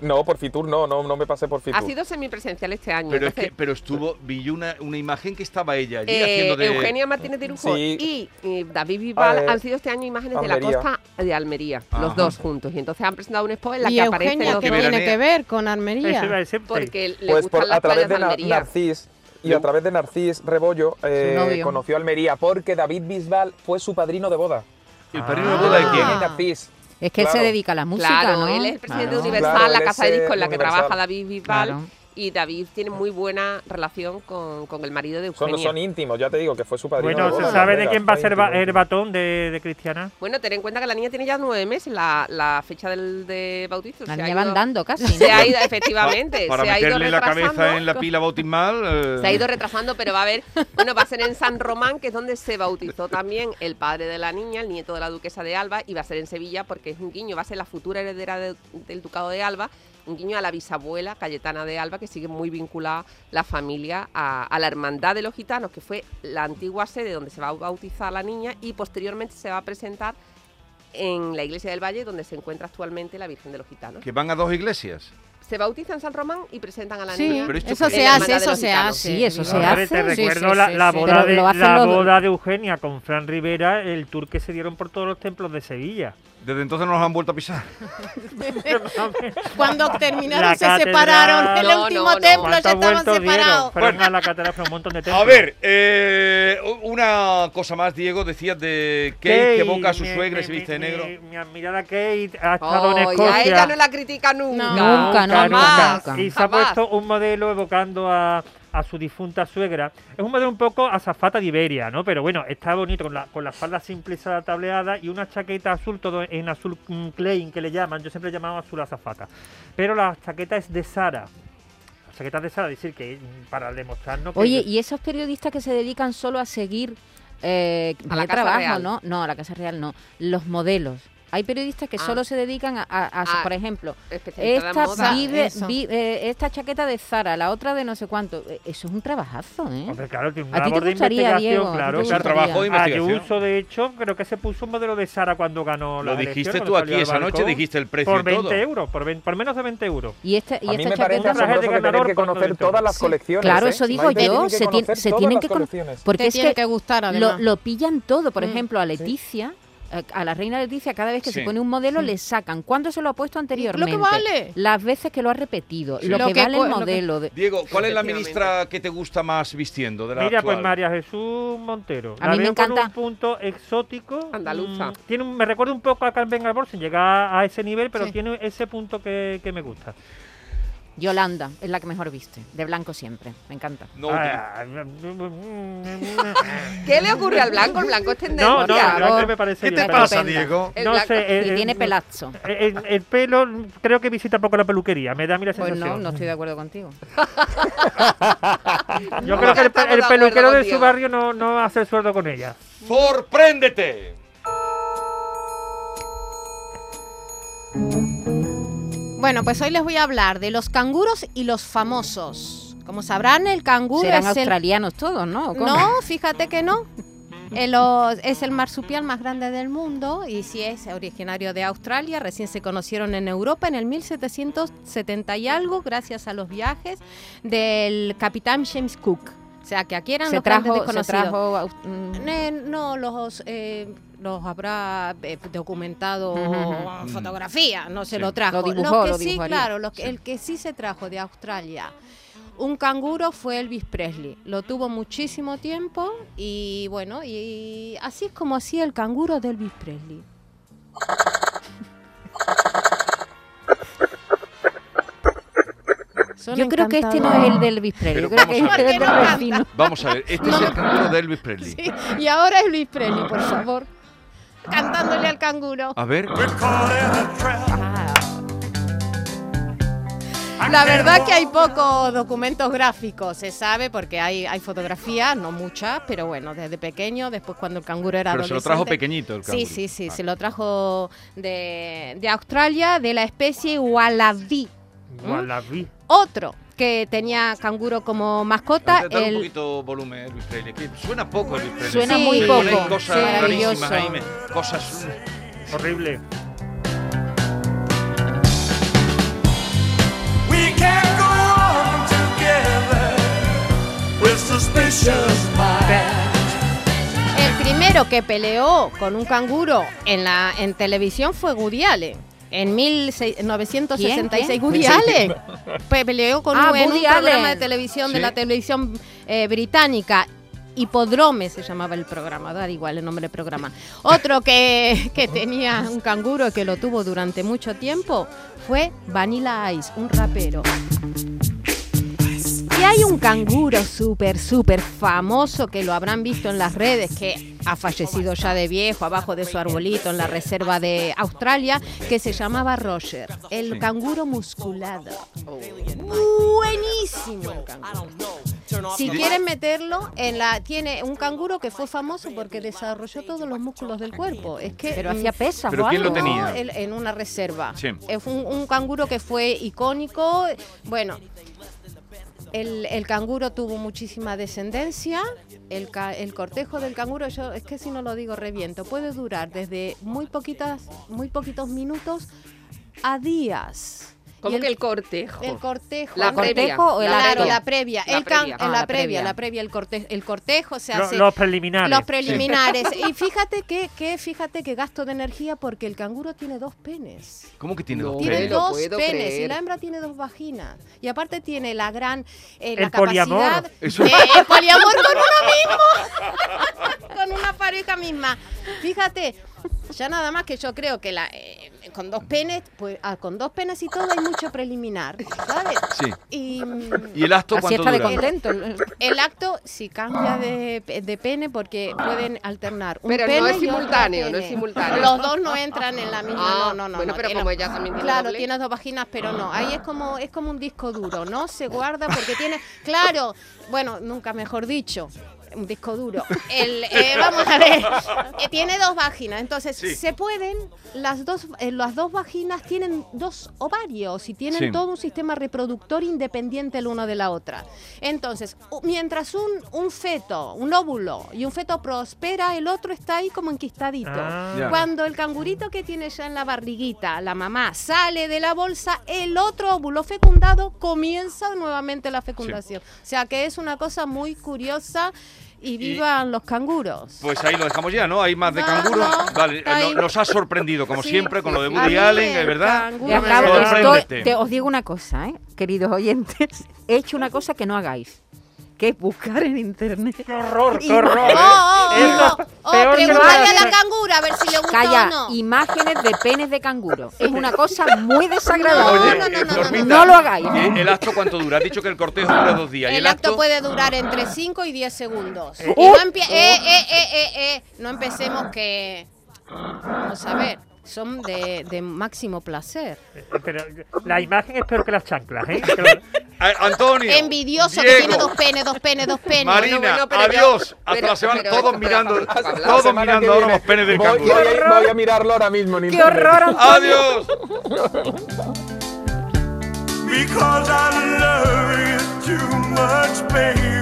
Speaker 8: No, por Fitur no, no, no me pasé por Fitur.
Speaker 4: Ha sido semipresencial este año.
Speaker 3: Pero es que
Speaker 4: entonces,
Speaker 3: pero estuvo, vi yo una, una imagen que estaba ella allí
Speaker 4: eh,
Speaker 3: haciendo de.
Speaker 4: Eugenia Martínez Dirujo
Speaker 8: Sí.
Speaker 4: y eh, David Vival
Speaker 8: Ah, eh,
Speaker 4: han sido este año imágenes de
Speaker 8: Almería.
Speaker 4: la costa de Almería,
Speaker 3: Ajá.
Speaker 4: los dos juntos. Y entonces han presentado un expo en la
Speaker 7: ¿Y
Speaker 4: que aparecen
Speaker 7: Eugenia
Speaker 4: los
Speaker 7: qué
Speaker 3: que
Speaker 4: dos.
Speaker 7: tiene
Speaker 3: veranea.
Speaker 7: que ver con
Speaker 5: Eso iba a
Speaker 7: Almería?
Speaker 5: decir,
Speaker 4: Porque le
Speaker 8: pues
Speaker 4: gustan
Speaker 8: por,
Speaker 4: las
Speaker 8: a través
Speaker 4: playas de
Speaker 8: de Na-
Speaker 4: Almería.
Speaker 8: Narcís y a través de Narcís Rebollo eh,
Speaker 6: novio.
Speaker 8: conoció a Almería porque David Bisbal fue su padrino de boda.
Speaker 3: ¿El padrino de boda de quién?
Speaker 8: De Narcís.
Speaker 6: Es que él se
Speaker 8: Claro.
Speaker 6: dedica a la música,
Speaker 4: claro,
Speaker 6: ¿no?
Speaker 4: él es el presidente
Speaker 6: Claro.
Speaker 4: de Universal,
Speaker 8: Claro,
Speaker 4: la
Speaker 8: él
Speaker 4: casa
Speaker 8: es,
Speaker 4: de
Speaker 8: eh,
Speaker 4: disco en la que
Speaker 8: Universal.
Speaker 4: trabaja David Vival.
Speaker 6: Claro.
Speaker 4: Y David tiene muy buena relación con, con el marido de
Speaker 8: Son,
Speaker 4: Eugenia.
Speaker 8: son íntimos, ya te digo que fue su padrino de
Speaker 5: Bueno,
Speaker 8: boda.
Speaker 5: ¿se sabe de
Speaker 8: Era,
Speaker 5: quién va a
Speaker 8: fue
Speaker 5: ser ba-
Speaker 8: íntimo.
Speaker 5: el batón de, de Cristiana?
Speaker 4: Bueno, ten en cuenta que la niña tiene ya nueve meses, la, la fecha del de bautizo.
Speaker 6: La
Speaker 4: se ha
Speaker 6: niña
Speaker 4: ido-
Speaker 6: va andando casi.
Speaker 4: Se
Speaker 6: ¿no?
Speaker 4: ha ido, efectivamente.
Speaker 3: Para
Speaker 4: se ha ido
Speaker 3: meterle la cabeza
Speaker 4: retrasando.
Speaker 3: en la pila bautismal. eh,
Speaker 4: Se ha ido retrasando, pero va a haber. Bueno, va a ser en San Román, que es donde se bautizó también el padre de la niña, el nieto de la duquesa de Alba, y va a ser en Sevilla porque es un guiño, va a ser la futura heredera de- del ducado de Alba, un guiño a la bisabuela Cayetana de Alba, que sigue muy vinculada la familia a, a la hermandad de los gitanos, que fue la antigua sede donde se va a bautizar la niña y posteriormente se va a presentar en la iglesia del Valle, donde se encuentra actualmente la Virgen de los Gitanos.
Speaker 3: que van a dos iglesias.
Speaker 4: Se bautiza en San Román y presentan a la
Speaker 7: Sí,
Speaker 4: niña.
Speaker 3: Pero esto
Speaker 7: eso
Speaker 3: qué
Speaker 7: se
Speaker 3: es.
Speaker 7: hace,
Speaker 4: Hermandad de
Speaker 7: eso
Speaker 4: los
Speaker 7: se
Speaker 4: gitanos.
Speaker 6: Sí,
Speaker 7: hace.
Speaker 6: eso Pues se
Speaker 5: Hombre,
Speaker 6: hace.
Speaker 5: te
Speaker 6: Sí, sí,
Speaker 5: recuerdo
Speaker 6: sí,
Speaker 5: la,
Speaker 6: sí,
Speaker 5: la
Speaker 6: sí.
Speaker 5: boda,
Speaker 6: Pero
Speaker 5: de,
Speaker 6: lo hacen
Speaker 5: la
Speaker 6: los-
Speaker 5: boda de Eugenia con Fran Rivera, el tour que se dieron por todos los templos de Sevilla.
Speaker 3: Desde entonces no nos han vuelto a pisar.
Speaker 7: Cuando terminaron
Speaker 5: La
Speaker 7: se
Speaker 5: catedral.
Speaker 7: separaron. El
Speaker 4: No,
Speaker 7: último
Speaker 4: no, no.
Speaker 7: templo ya
Speaker 5: ¿Cuántas
Speaker 7: estaban
Speaker 5: vueltas dieron?
Speaker 7: separados.
Speaker 5: Fueron a la catedral, fue un montón de templos.
Speaker 3: A ver, eh, una cosa más, Diego. Decías de Kate, que evoca a su
Speaker 5: mi-
Speaker 3: suegra y
Speaker 5: mi-
Speaker 3: se viste de
Speaker 5: mi-
Speaker 3: negro.
Speaker 5: Mi, mi admirada Kate ha estado en
Speaker 4: Oh, y
Speaker 5: Escocia.
Speaker 4: a ella no la critica nunca.
Speaker 7: No,
Speaker 6: Nunca, no,
Speaker 4: jamás,
Speaker 6: nunca.
Speaker 5: Y se ha
Speaker 4: jamás.
Speaker 5: puesto un modelo evocando a, a su difunta suegra. Es un modelo un poco azafata de Iberia, ¿no? Pero bueno, está bonito con la, con la falda simple esa tableada y una chaqueta azul, todo en azul mm, Klein, que le llaman. Yo siempre he llamado azul azafata. Pero la chaqueta es de Sara. La chaqueta es de Sara, es decir, que mm, para demostrarnos que-
Speaker 6: Oye, y esos periodistas que se dedican solo a seguir eh,
Speaker 4: A la
Speaker 6: vaya
Speaker 4: Casa
Speaker 6: trabajo,
Speaker 4: Real.
Speaker 6: ¿no? No, a la Casa Real no. Los modelos. Hay periodistas que
Speaker 4: Ah.
Speaker 6: solo se dedican a, a- a-
Speaker 4: Ah.
Speaker 6: por ejemplo,
Speaker 4: especializada en moda.
Speaker 6: esta, vive-
Speaker 7: Eso.
Speaker 6: vi- eh, esta chaqueta de Zara, la otra de no sé cuánto. Eh, Eso es un trabajazo, ¿eh?
Speaker 5: Hombre, claro, tiene
Speaker 6: ¿A
Speaker 5: una
Speaker 6: ti te
Speaker 5: labor de
Speaker 6: gustaría,
Speaker 5: investigación,
Speaker 6: Diego? ¿A ti
Speaker 5: claro.
Speaker 6: te
Speaker 3: Es un
Speaker 6: gustaría?
Speaker 3: trabajo de investigación.
Speaker 5: Ayuso, de hecho, creo que se puso un modelo de Sara cuando ganó la
Speaker 3: Lo dijiste tú aquí esa noche, dijiste el precio
Speaker 5: Por
Speaker 3: y todo.
Speaker 5: 20 euros, por, 20 por menos de 20 euros.
Speaker 6: Y esta, y
Speaker 8: A mí
Speaker 6: esta
Speaker 8: me parece
Speaker 5: Traje
Speaker 6: chaqueta.
Speaker 5: de
Speaker 8: asombroso que
Speaker 5: ganador
Speaker 8: tener que
Speaker 5: con todo
Speaker 8: conocer
Speaker 5: esto.
Speaker 8: todas las
Speaker 5: Sí.
Speaker 8: colecciones.
Speaker 6: Claro,
Speaker 8: ¿eh?
Speaker 6: eso digo
Speaker 8: Maite,
Speaker 6: yo.
Speaker 8: tienen que
Speaker 6: Se, tien-
Speaker 8: conocer
Speaker 6: se
Speaker 8: todas
Speaker 6: tienen
Speaker 8: las
Speaker 6: que. con-
Speaker 8: colecciones.
Speaker 6: Porque
Speaker 7: Te
Speaker 6: es
Speaker 7: tiene
Speaker 6: que
Speaker 7: que gustar,
Speaker 6: lo,
Speaker 7: además.
Speaker 6: lo pillan todo. Por
Speaker 7: Mm,
Speaker 6: ejemplo, a Leticia, eh, a la reina Leticia, cada vez que se
Speaker 3: Sí.
Speaker 6: pone un modelo le sacan. ¿Cuándo se lo ha puesto anteriormente?
Speaker 7: Mm. vale.
Speaker 6: Las veces que lo ha repetido.
Speaker 3: Sí.
Speaker 6: Lo,
Speaker 7: Lo
Speaker 6: que,
Speaker 7: que
Speaker 6: vale
Speaker 7: cu-
Speaker 6: el
Speaker 7: lo que-
Speaker 6: modelo. de-
Speaker 3: Diego, ¿cuál es la
Speaker 4: Efectivamente.
Speaker 3: ministra que te gusta más vistiendo de la
Speaker 5: Mira, pues
Speaker 3: actual?
Speaker 5: María Jesús Montero.
Speaker 6: A
Speaker 5: la
Speaker 6: mí me
Speaker 5: veo con
Speaker 6: encanta.
Speaker 5: un punto exótico.
Speaker 4: Andaluza.
Speaker 5: mm, tiene un- me recuerda un poco a Carmen Gabor sin llegar a ese nivel, pero
Speaker 7: Sí.
Speaker 5: tiene ese punto que, que me gusta.
Speaker 6: Yolanda es la que mejor viste. De blanco siempre. Me encanta.
Speaker 3: No,
Speaker 5: Ah, mm,
Speaker 4: ¿Qué le ocurre al blanco? El blanco es
Speaker 5: no, no,
Speaker 4: tendencia.
Speaker 5: la que me parece
Speaker 3: ¿Qué
Speaker 5: bien,
Speaker 3: te
Speaker 5: pero-
Speaker 3: pasa,
Speaker 6: estupenda.
Speaker 3: Diego?
Speaker 4: El
Speaker 5: No
Speaker 4: blanco-
Speaker 5: sé,
Speaker 6: Y
Speaker 5: eh,
Speaker 6: tiene
Speaker 5: mm,
Speaker 6: pelazo.
Speaker 5: El, el pelo mm, creo que visita poco la peluquería, me da a mí la
Speaker 6: Pues
Speaker 5: sensación.
Speaker 6: no, no estoy de acuerdo contigo.
Speaker 5: Yo
Speaker 4: No
Speaker 5: creo que el, pe-
Speaker 4: estamos
Speaker 5: el
Speaker 4: de acuerdo
Speaker 5: peluquero de su
Speaker 4: contigo.
Speaker 5: barrio no, no hace el sueldo con ella.
Speaker 3: ¡Sorpréndete!
Speaker 7: Bueno, pues hoy les voy a hablar de los canguros y los famosos. Como sabrán, el canguro
Speaker 6: Serán
Speaker 7: es el...
Speaker 6: australianos todos, ¿no? ¿O cómo?
Speaker 7: No, fíjate que no. Eh, los- es el marsupial más grande del mundo y sí es originario de Australia. Recién se conocieron en Europa en el 1770 y algo, gracias a los viajes del capitán James Cook. O sea, que aquí eran
Speaker 6: se
Speaker 7: los grandes
Speaker 6: trajo, se
Speaker 7: desconocidos.
Speaker 6: trajo au- mm,
Speaker 7: Eh, no, los, eh, los habrá eh, documentado
Speaker 6: Ujú.
Speaker 7: en fotografía, no se
Speaker 3: Sí.
Speaker 7: lo trajo.
Speaker 6: Lo dibujó,
Speaker 7: Los que
Speaker 6: lo
Speaker 7: sí,
Speaker 6: dibujaría.
Speaker 7: claro, los que- el que sí se trajo de Australia. Un canguro fue Elvis Presley. Lo tuvo muchísimo tiempo y bueno, y así es como hacía el canguro de Elvis Presley. Son
Speaker 6: Yo creo que este no es
Speaker 7: encantadores.
Speaker 6: el del Elvis Presley,
Speaker 3: Pero
Speaker 6: yo creo que
Speaker 3: vamos
Speaker 6: este es el del
Speaker 7: a ver. ¿Por qué no
Speaker 6: vecino.
Speaker 3: Vamos a ver, este
Speaker 7: No
Speaker 3: es el
Speaker 7: me-
Speaker 3: canguro de Elvis Presley.
Speaker 7: Sí, y ahora es Elvis Presley, por favor. Cantándole al canguro.
Speaker 3: A ver,
Speaker 7: La verdad que hay pocos documentos gráficos, se sabe, porque hay, hay fotografías, no muchas, pero bueno, desde pequeño, después cuando el canguro era
Speaker 3: pero se lo
Speaker 7: adolescente.
Speaker 3: trajo pequeñito el
Speaker 7: Sí,
Speaker 3: canguro. Ah.
Speaker 7: sí, sí,
Speaker 3: Vale.
Speaker 7: se lo trajo de, de Australia, de la especie Wallaby.
Speaker 6: ¿Mm?
Speaker 5: Guadalví.
Speaker 7: Otro que tenía canguro como mascota,
Speaker 3: Dale, dale un
Speaker 7: el,
Speaker 3: poquito volumen, Elvis Presley, que suena poco Elvis Presley.
Speaker 6: Suena
Speaker 7: muy
Speaker 3: Se ponen
Speaker 6: poco,
Speaker 3: cosas
Speaker 6: sí,
Speaker 3: rarísimas
Speaker 6: maravilloso.
Speaker 3: ahí, me- cosas...
Speaker 5: Horrible.
Speaker 10: We can't go on together with suspicious minds.
Speaker 7: el primero que peleó con un canguro en la en televisión fue Woody Allen. En 1966
Speaker 6: ¿Quién?
Speaker 7: Woody Allen pe- peleó con
Speaker 6: Ah,
Speaker 7: un, en un
Speaker 6: Woody Allen.
Speaker 7: programa de televisión de
Speaker 3: Sí.
Speaker 7: la televisión eh, británica. Hipodrome se llamaba el programa, da igual el nombre del programa. Otro que, que tenía un canguro que lo tuvo durante mucho tiempo fue Vanilla Ice, un rapero. Y hay un canguro súper, súper famoso que lo habrán visto en las redes, que ha fallecido ya de viejo, abajo de su arbolito, en la reserva de Australia, que se llamaba Roger, el
Speaker 3: Sí.
Speaker 7: canguro musculado. Buenísimo el canguro. Si quieren meterlo, en la tiene un canguro que fue famoso porque desarrolló todos los músculos del cuerpo. Es que
Speaker 6: Pero
Speaker 7: mm,
Speaker 6: hacía pesas
Speaker 3: ¿Pero
Speaker 6: o
Speaker 3: quién lo
Speaker 6: algo.
Speaker 3: tenía?
Speaker 7: no, él- Oh, en una reserva.
Speaker 3: Sí.
Speaker 7: Es un, un canguro que fue icónico. Bueno, el, el canguro tuvo muchísima descendencia. El, ca- el cortejo del canguro, yo es que si no lo digo reviento, puede durar desde muy poquitas, muy poquitos minutos a días.
Speaker 4: Como
Speaker 7: Y
Speaker 4: que el cortejo?
Speaker 7: el cortejo.
Speaker 4: La
Speaker 7: el
Speaker 4: previa.
Speaker 6: cortejo o el
Speaker 4: La
Speaker 7: Claro,
Speaker 6: previa?
Speaker 7: la previa.
Speaker 4: La
Speaker 7: El can-
Speaker 4: previa.
Speaker 7: eh, la,
Speaker 6: Ah, la
Speaker 7: previa,
Speaker 6: previa.
Speaker 7: la previa, el cortejo, el cortejo se
Speaker 5: Lo-
Speaker 7: hace.
Speaker 5: los preliminares.
Speaker 7: Los preliminares. Y fíjate que, que, fíjate que gasto de energía porque el canguro tiene dos penes.
Speaker 3: ¿Cómo que tiene
Speaker 4: No,
Speaker 3: dos
Speaker 4: Tiene
Speaker 7: Tiene
Speaker 3: penes?
Speaker 4: lo
Speaker 7: dos
Speaker 4: puedo
Speaker 7: penes y
Speaker 4: creer.
Speaker 7: la hembra tiene dos vaginas. Y aparte tiene la gran eh, la
Speaker 5: El poliamor.
Speaker 7: capacidad
Speaker 3: Eso-
Speaker 7: de el poliamor con uno mismo. con una pareja misma. Fíjate, ya nada más que yo creo que la eh, con dos penes, pues ah, con dos penes y todo hay mucho preliminar, ¿sabes?
Speaker 3: Sí.
Speaker 7: Y
Speaker 3: ¿Y el acto
Speaker 6: Así
Speaker 3: cuánto
Speaker 6: está de
Speaker 3: dura?
Speaker 6: contento.
Speaker 7: el acto si cambia de, de pene porque pueden alternar un
Speaker 4: Pero no
Speaker 7: pene
Speaker 4: es
Speaker 7: y otro
Speaker 4: simultáneo, no
Speaker 7: pene.
Speaker 4: es simultáneo.
Speaker 7: Los dos no entran en la misma.
Speaker 4: Ah,
Speaker 7: no, no, no.
Speaker 4: bueno,
Speaker 7: no,
Speaker 4: pero
Speaker 7: tiene-
Speaker 4: como ella también tiene
Speaker 7: Claro,
Speaker 4: doble.
Speaker 7: tienes dos vaginas, pero no. Ahí es como es como un disco duro, no se guarda porque tiene, claro, bueno, nunca mejor dicho. Un disco duro. El, eh, vamos a ver. eh, tiene dos vaginas. Entonces,
Speaker 3: Sí.
Speaker 7: se pueden. Las dos, eh, las dos vaginas tienen dos ovarios y tienen
Speaker 3: Sí.
Speaker 7: todo un sistema reproductor independiente el uno de la otra. Entonces, u- mientras un, un feto, un óvulo y un feto prospera, el otro está ahí como enquistadito.
Speaker 5: Ah.
Speaker 3: Ya.
Speaker 7: Cuando el cangurito que tiene ya en la barriguita, la mamá, sale de la bolsa, el otro óvulo fecundado comienza nuevamente la fecundación. O sea que es una cosa muy curiosa y vivan los canguros.
Speaker 3: Pues ahí lo dejamos ya, ¿no? Hay más de
Speaker 7: No,
Speaker 3: canguro.
Speaker 7: no,
Speaker 3: Vale, eh,
Speaker 7: está
Speaker 3: no-
Speaker 7: ahí.
Speaker 3: nos ha sorprendido, como
Speaker 7: Sí,
Speaker 3: siempre, con
Speaker 7: sí,
Speaker 3: lo de
Speaker 7: sí.
Speaker 3: Woody
Speaker 7: A mí
Speaker 3: Allen,
Speaker 7: me
Speaker 3: es verdad.
Speaker 7: encanta.
Speaker 6: Y acabo-
Speaker 3: Ahora
Speaker 6: estoy-
Speaker 3: sorpréndete.
Speaker 6: te- os digo una cosa, ¿eh? queridos oyentes. He hecho una cosa que no hagáis, que es buscar en internet.
Speaker 5: ¡Qué horror,
Speaker 6: Y-
Speaker 5: qué horror!
Speaker 7: ¡Oh, oh,
Speaker 5: Es lo
Speaker 7: oh! oh,
Speaker 5: peor que lo
Speaker 7: pregúntale a
Speaker 5: hagas.
Speaker 7: la cangura a ver si le gusta
Speaker 6: Calla,
Speaker 7: o no.
Speaker 6: imágenes de penes de canguro. Es una cosa muy
Speaker 7: No,
Speaker 6: desagradable.
Speaker 7: no, no,
Speaker 3: eh,
Speaker 7: no, no,
Speaker 3: Normita,
Speaker 6: no. No lo hagáis, ¿eh?
Speaker 3: ¿El, el acto cuánto dura? Has dicho que el cortejo dura dos días. ¿Y Ah.
Speaker 7: El,
Speaker 3: el
Speaker 7: acto, puede durar entre 5 y 10 segundos.
Speaker 5: Eh,
Speaker 7: Y no, empie-
Speaker 3: oh.
Speaker 7: eh, eh, eh, eh, eh, no empecemos que... Vamos a ver, son de, de máximo placer.
Speaker 5: Eh, Pero la imagen es peor que las chanclas, ¿eh? Que lo-
Speaker 3: A- Antonio.
Speaker 7: Envidioso que
Speaker 3: Diego,
Speaker 7: tiene dos penes, dos penes, dos penes.
Speaker 3: Marina,
Speaker 4: Bueno, bueno, pero
Speaker 3: adiós.
Speaker 4: ya-
Speaker 3: Hasta
Speaker 4: pero-
Speaker 3: la semana.
Speaker 4: pero-
Speaker 3: todos
Speaker 4: pero-
Speaker 3: mirando,
Speaker 4: pero- pero-
Speaker 8: La
Speaker 3: todos
Speaker 8: semana que
Speaker 3: mirando ahora
Speaker 8: viene
Speaker 3: los penes del
Speaker 8: voy,
Speaker 3: canguro.
Speaker 8: Voy, a- voy a mirarlo ahora mismo en
Speaker 6: ¡Qué
Speaker 8: internet.
Speaker 6: horror, Antonio!
Speaker 3: Adiós.
Speaker 10: Because I love you too much, baby.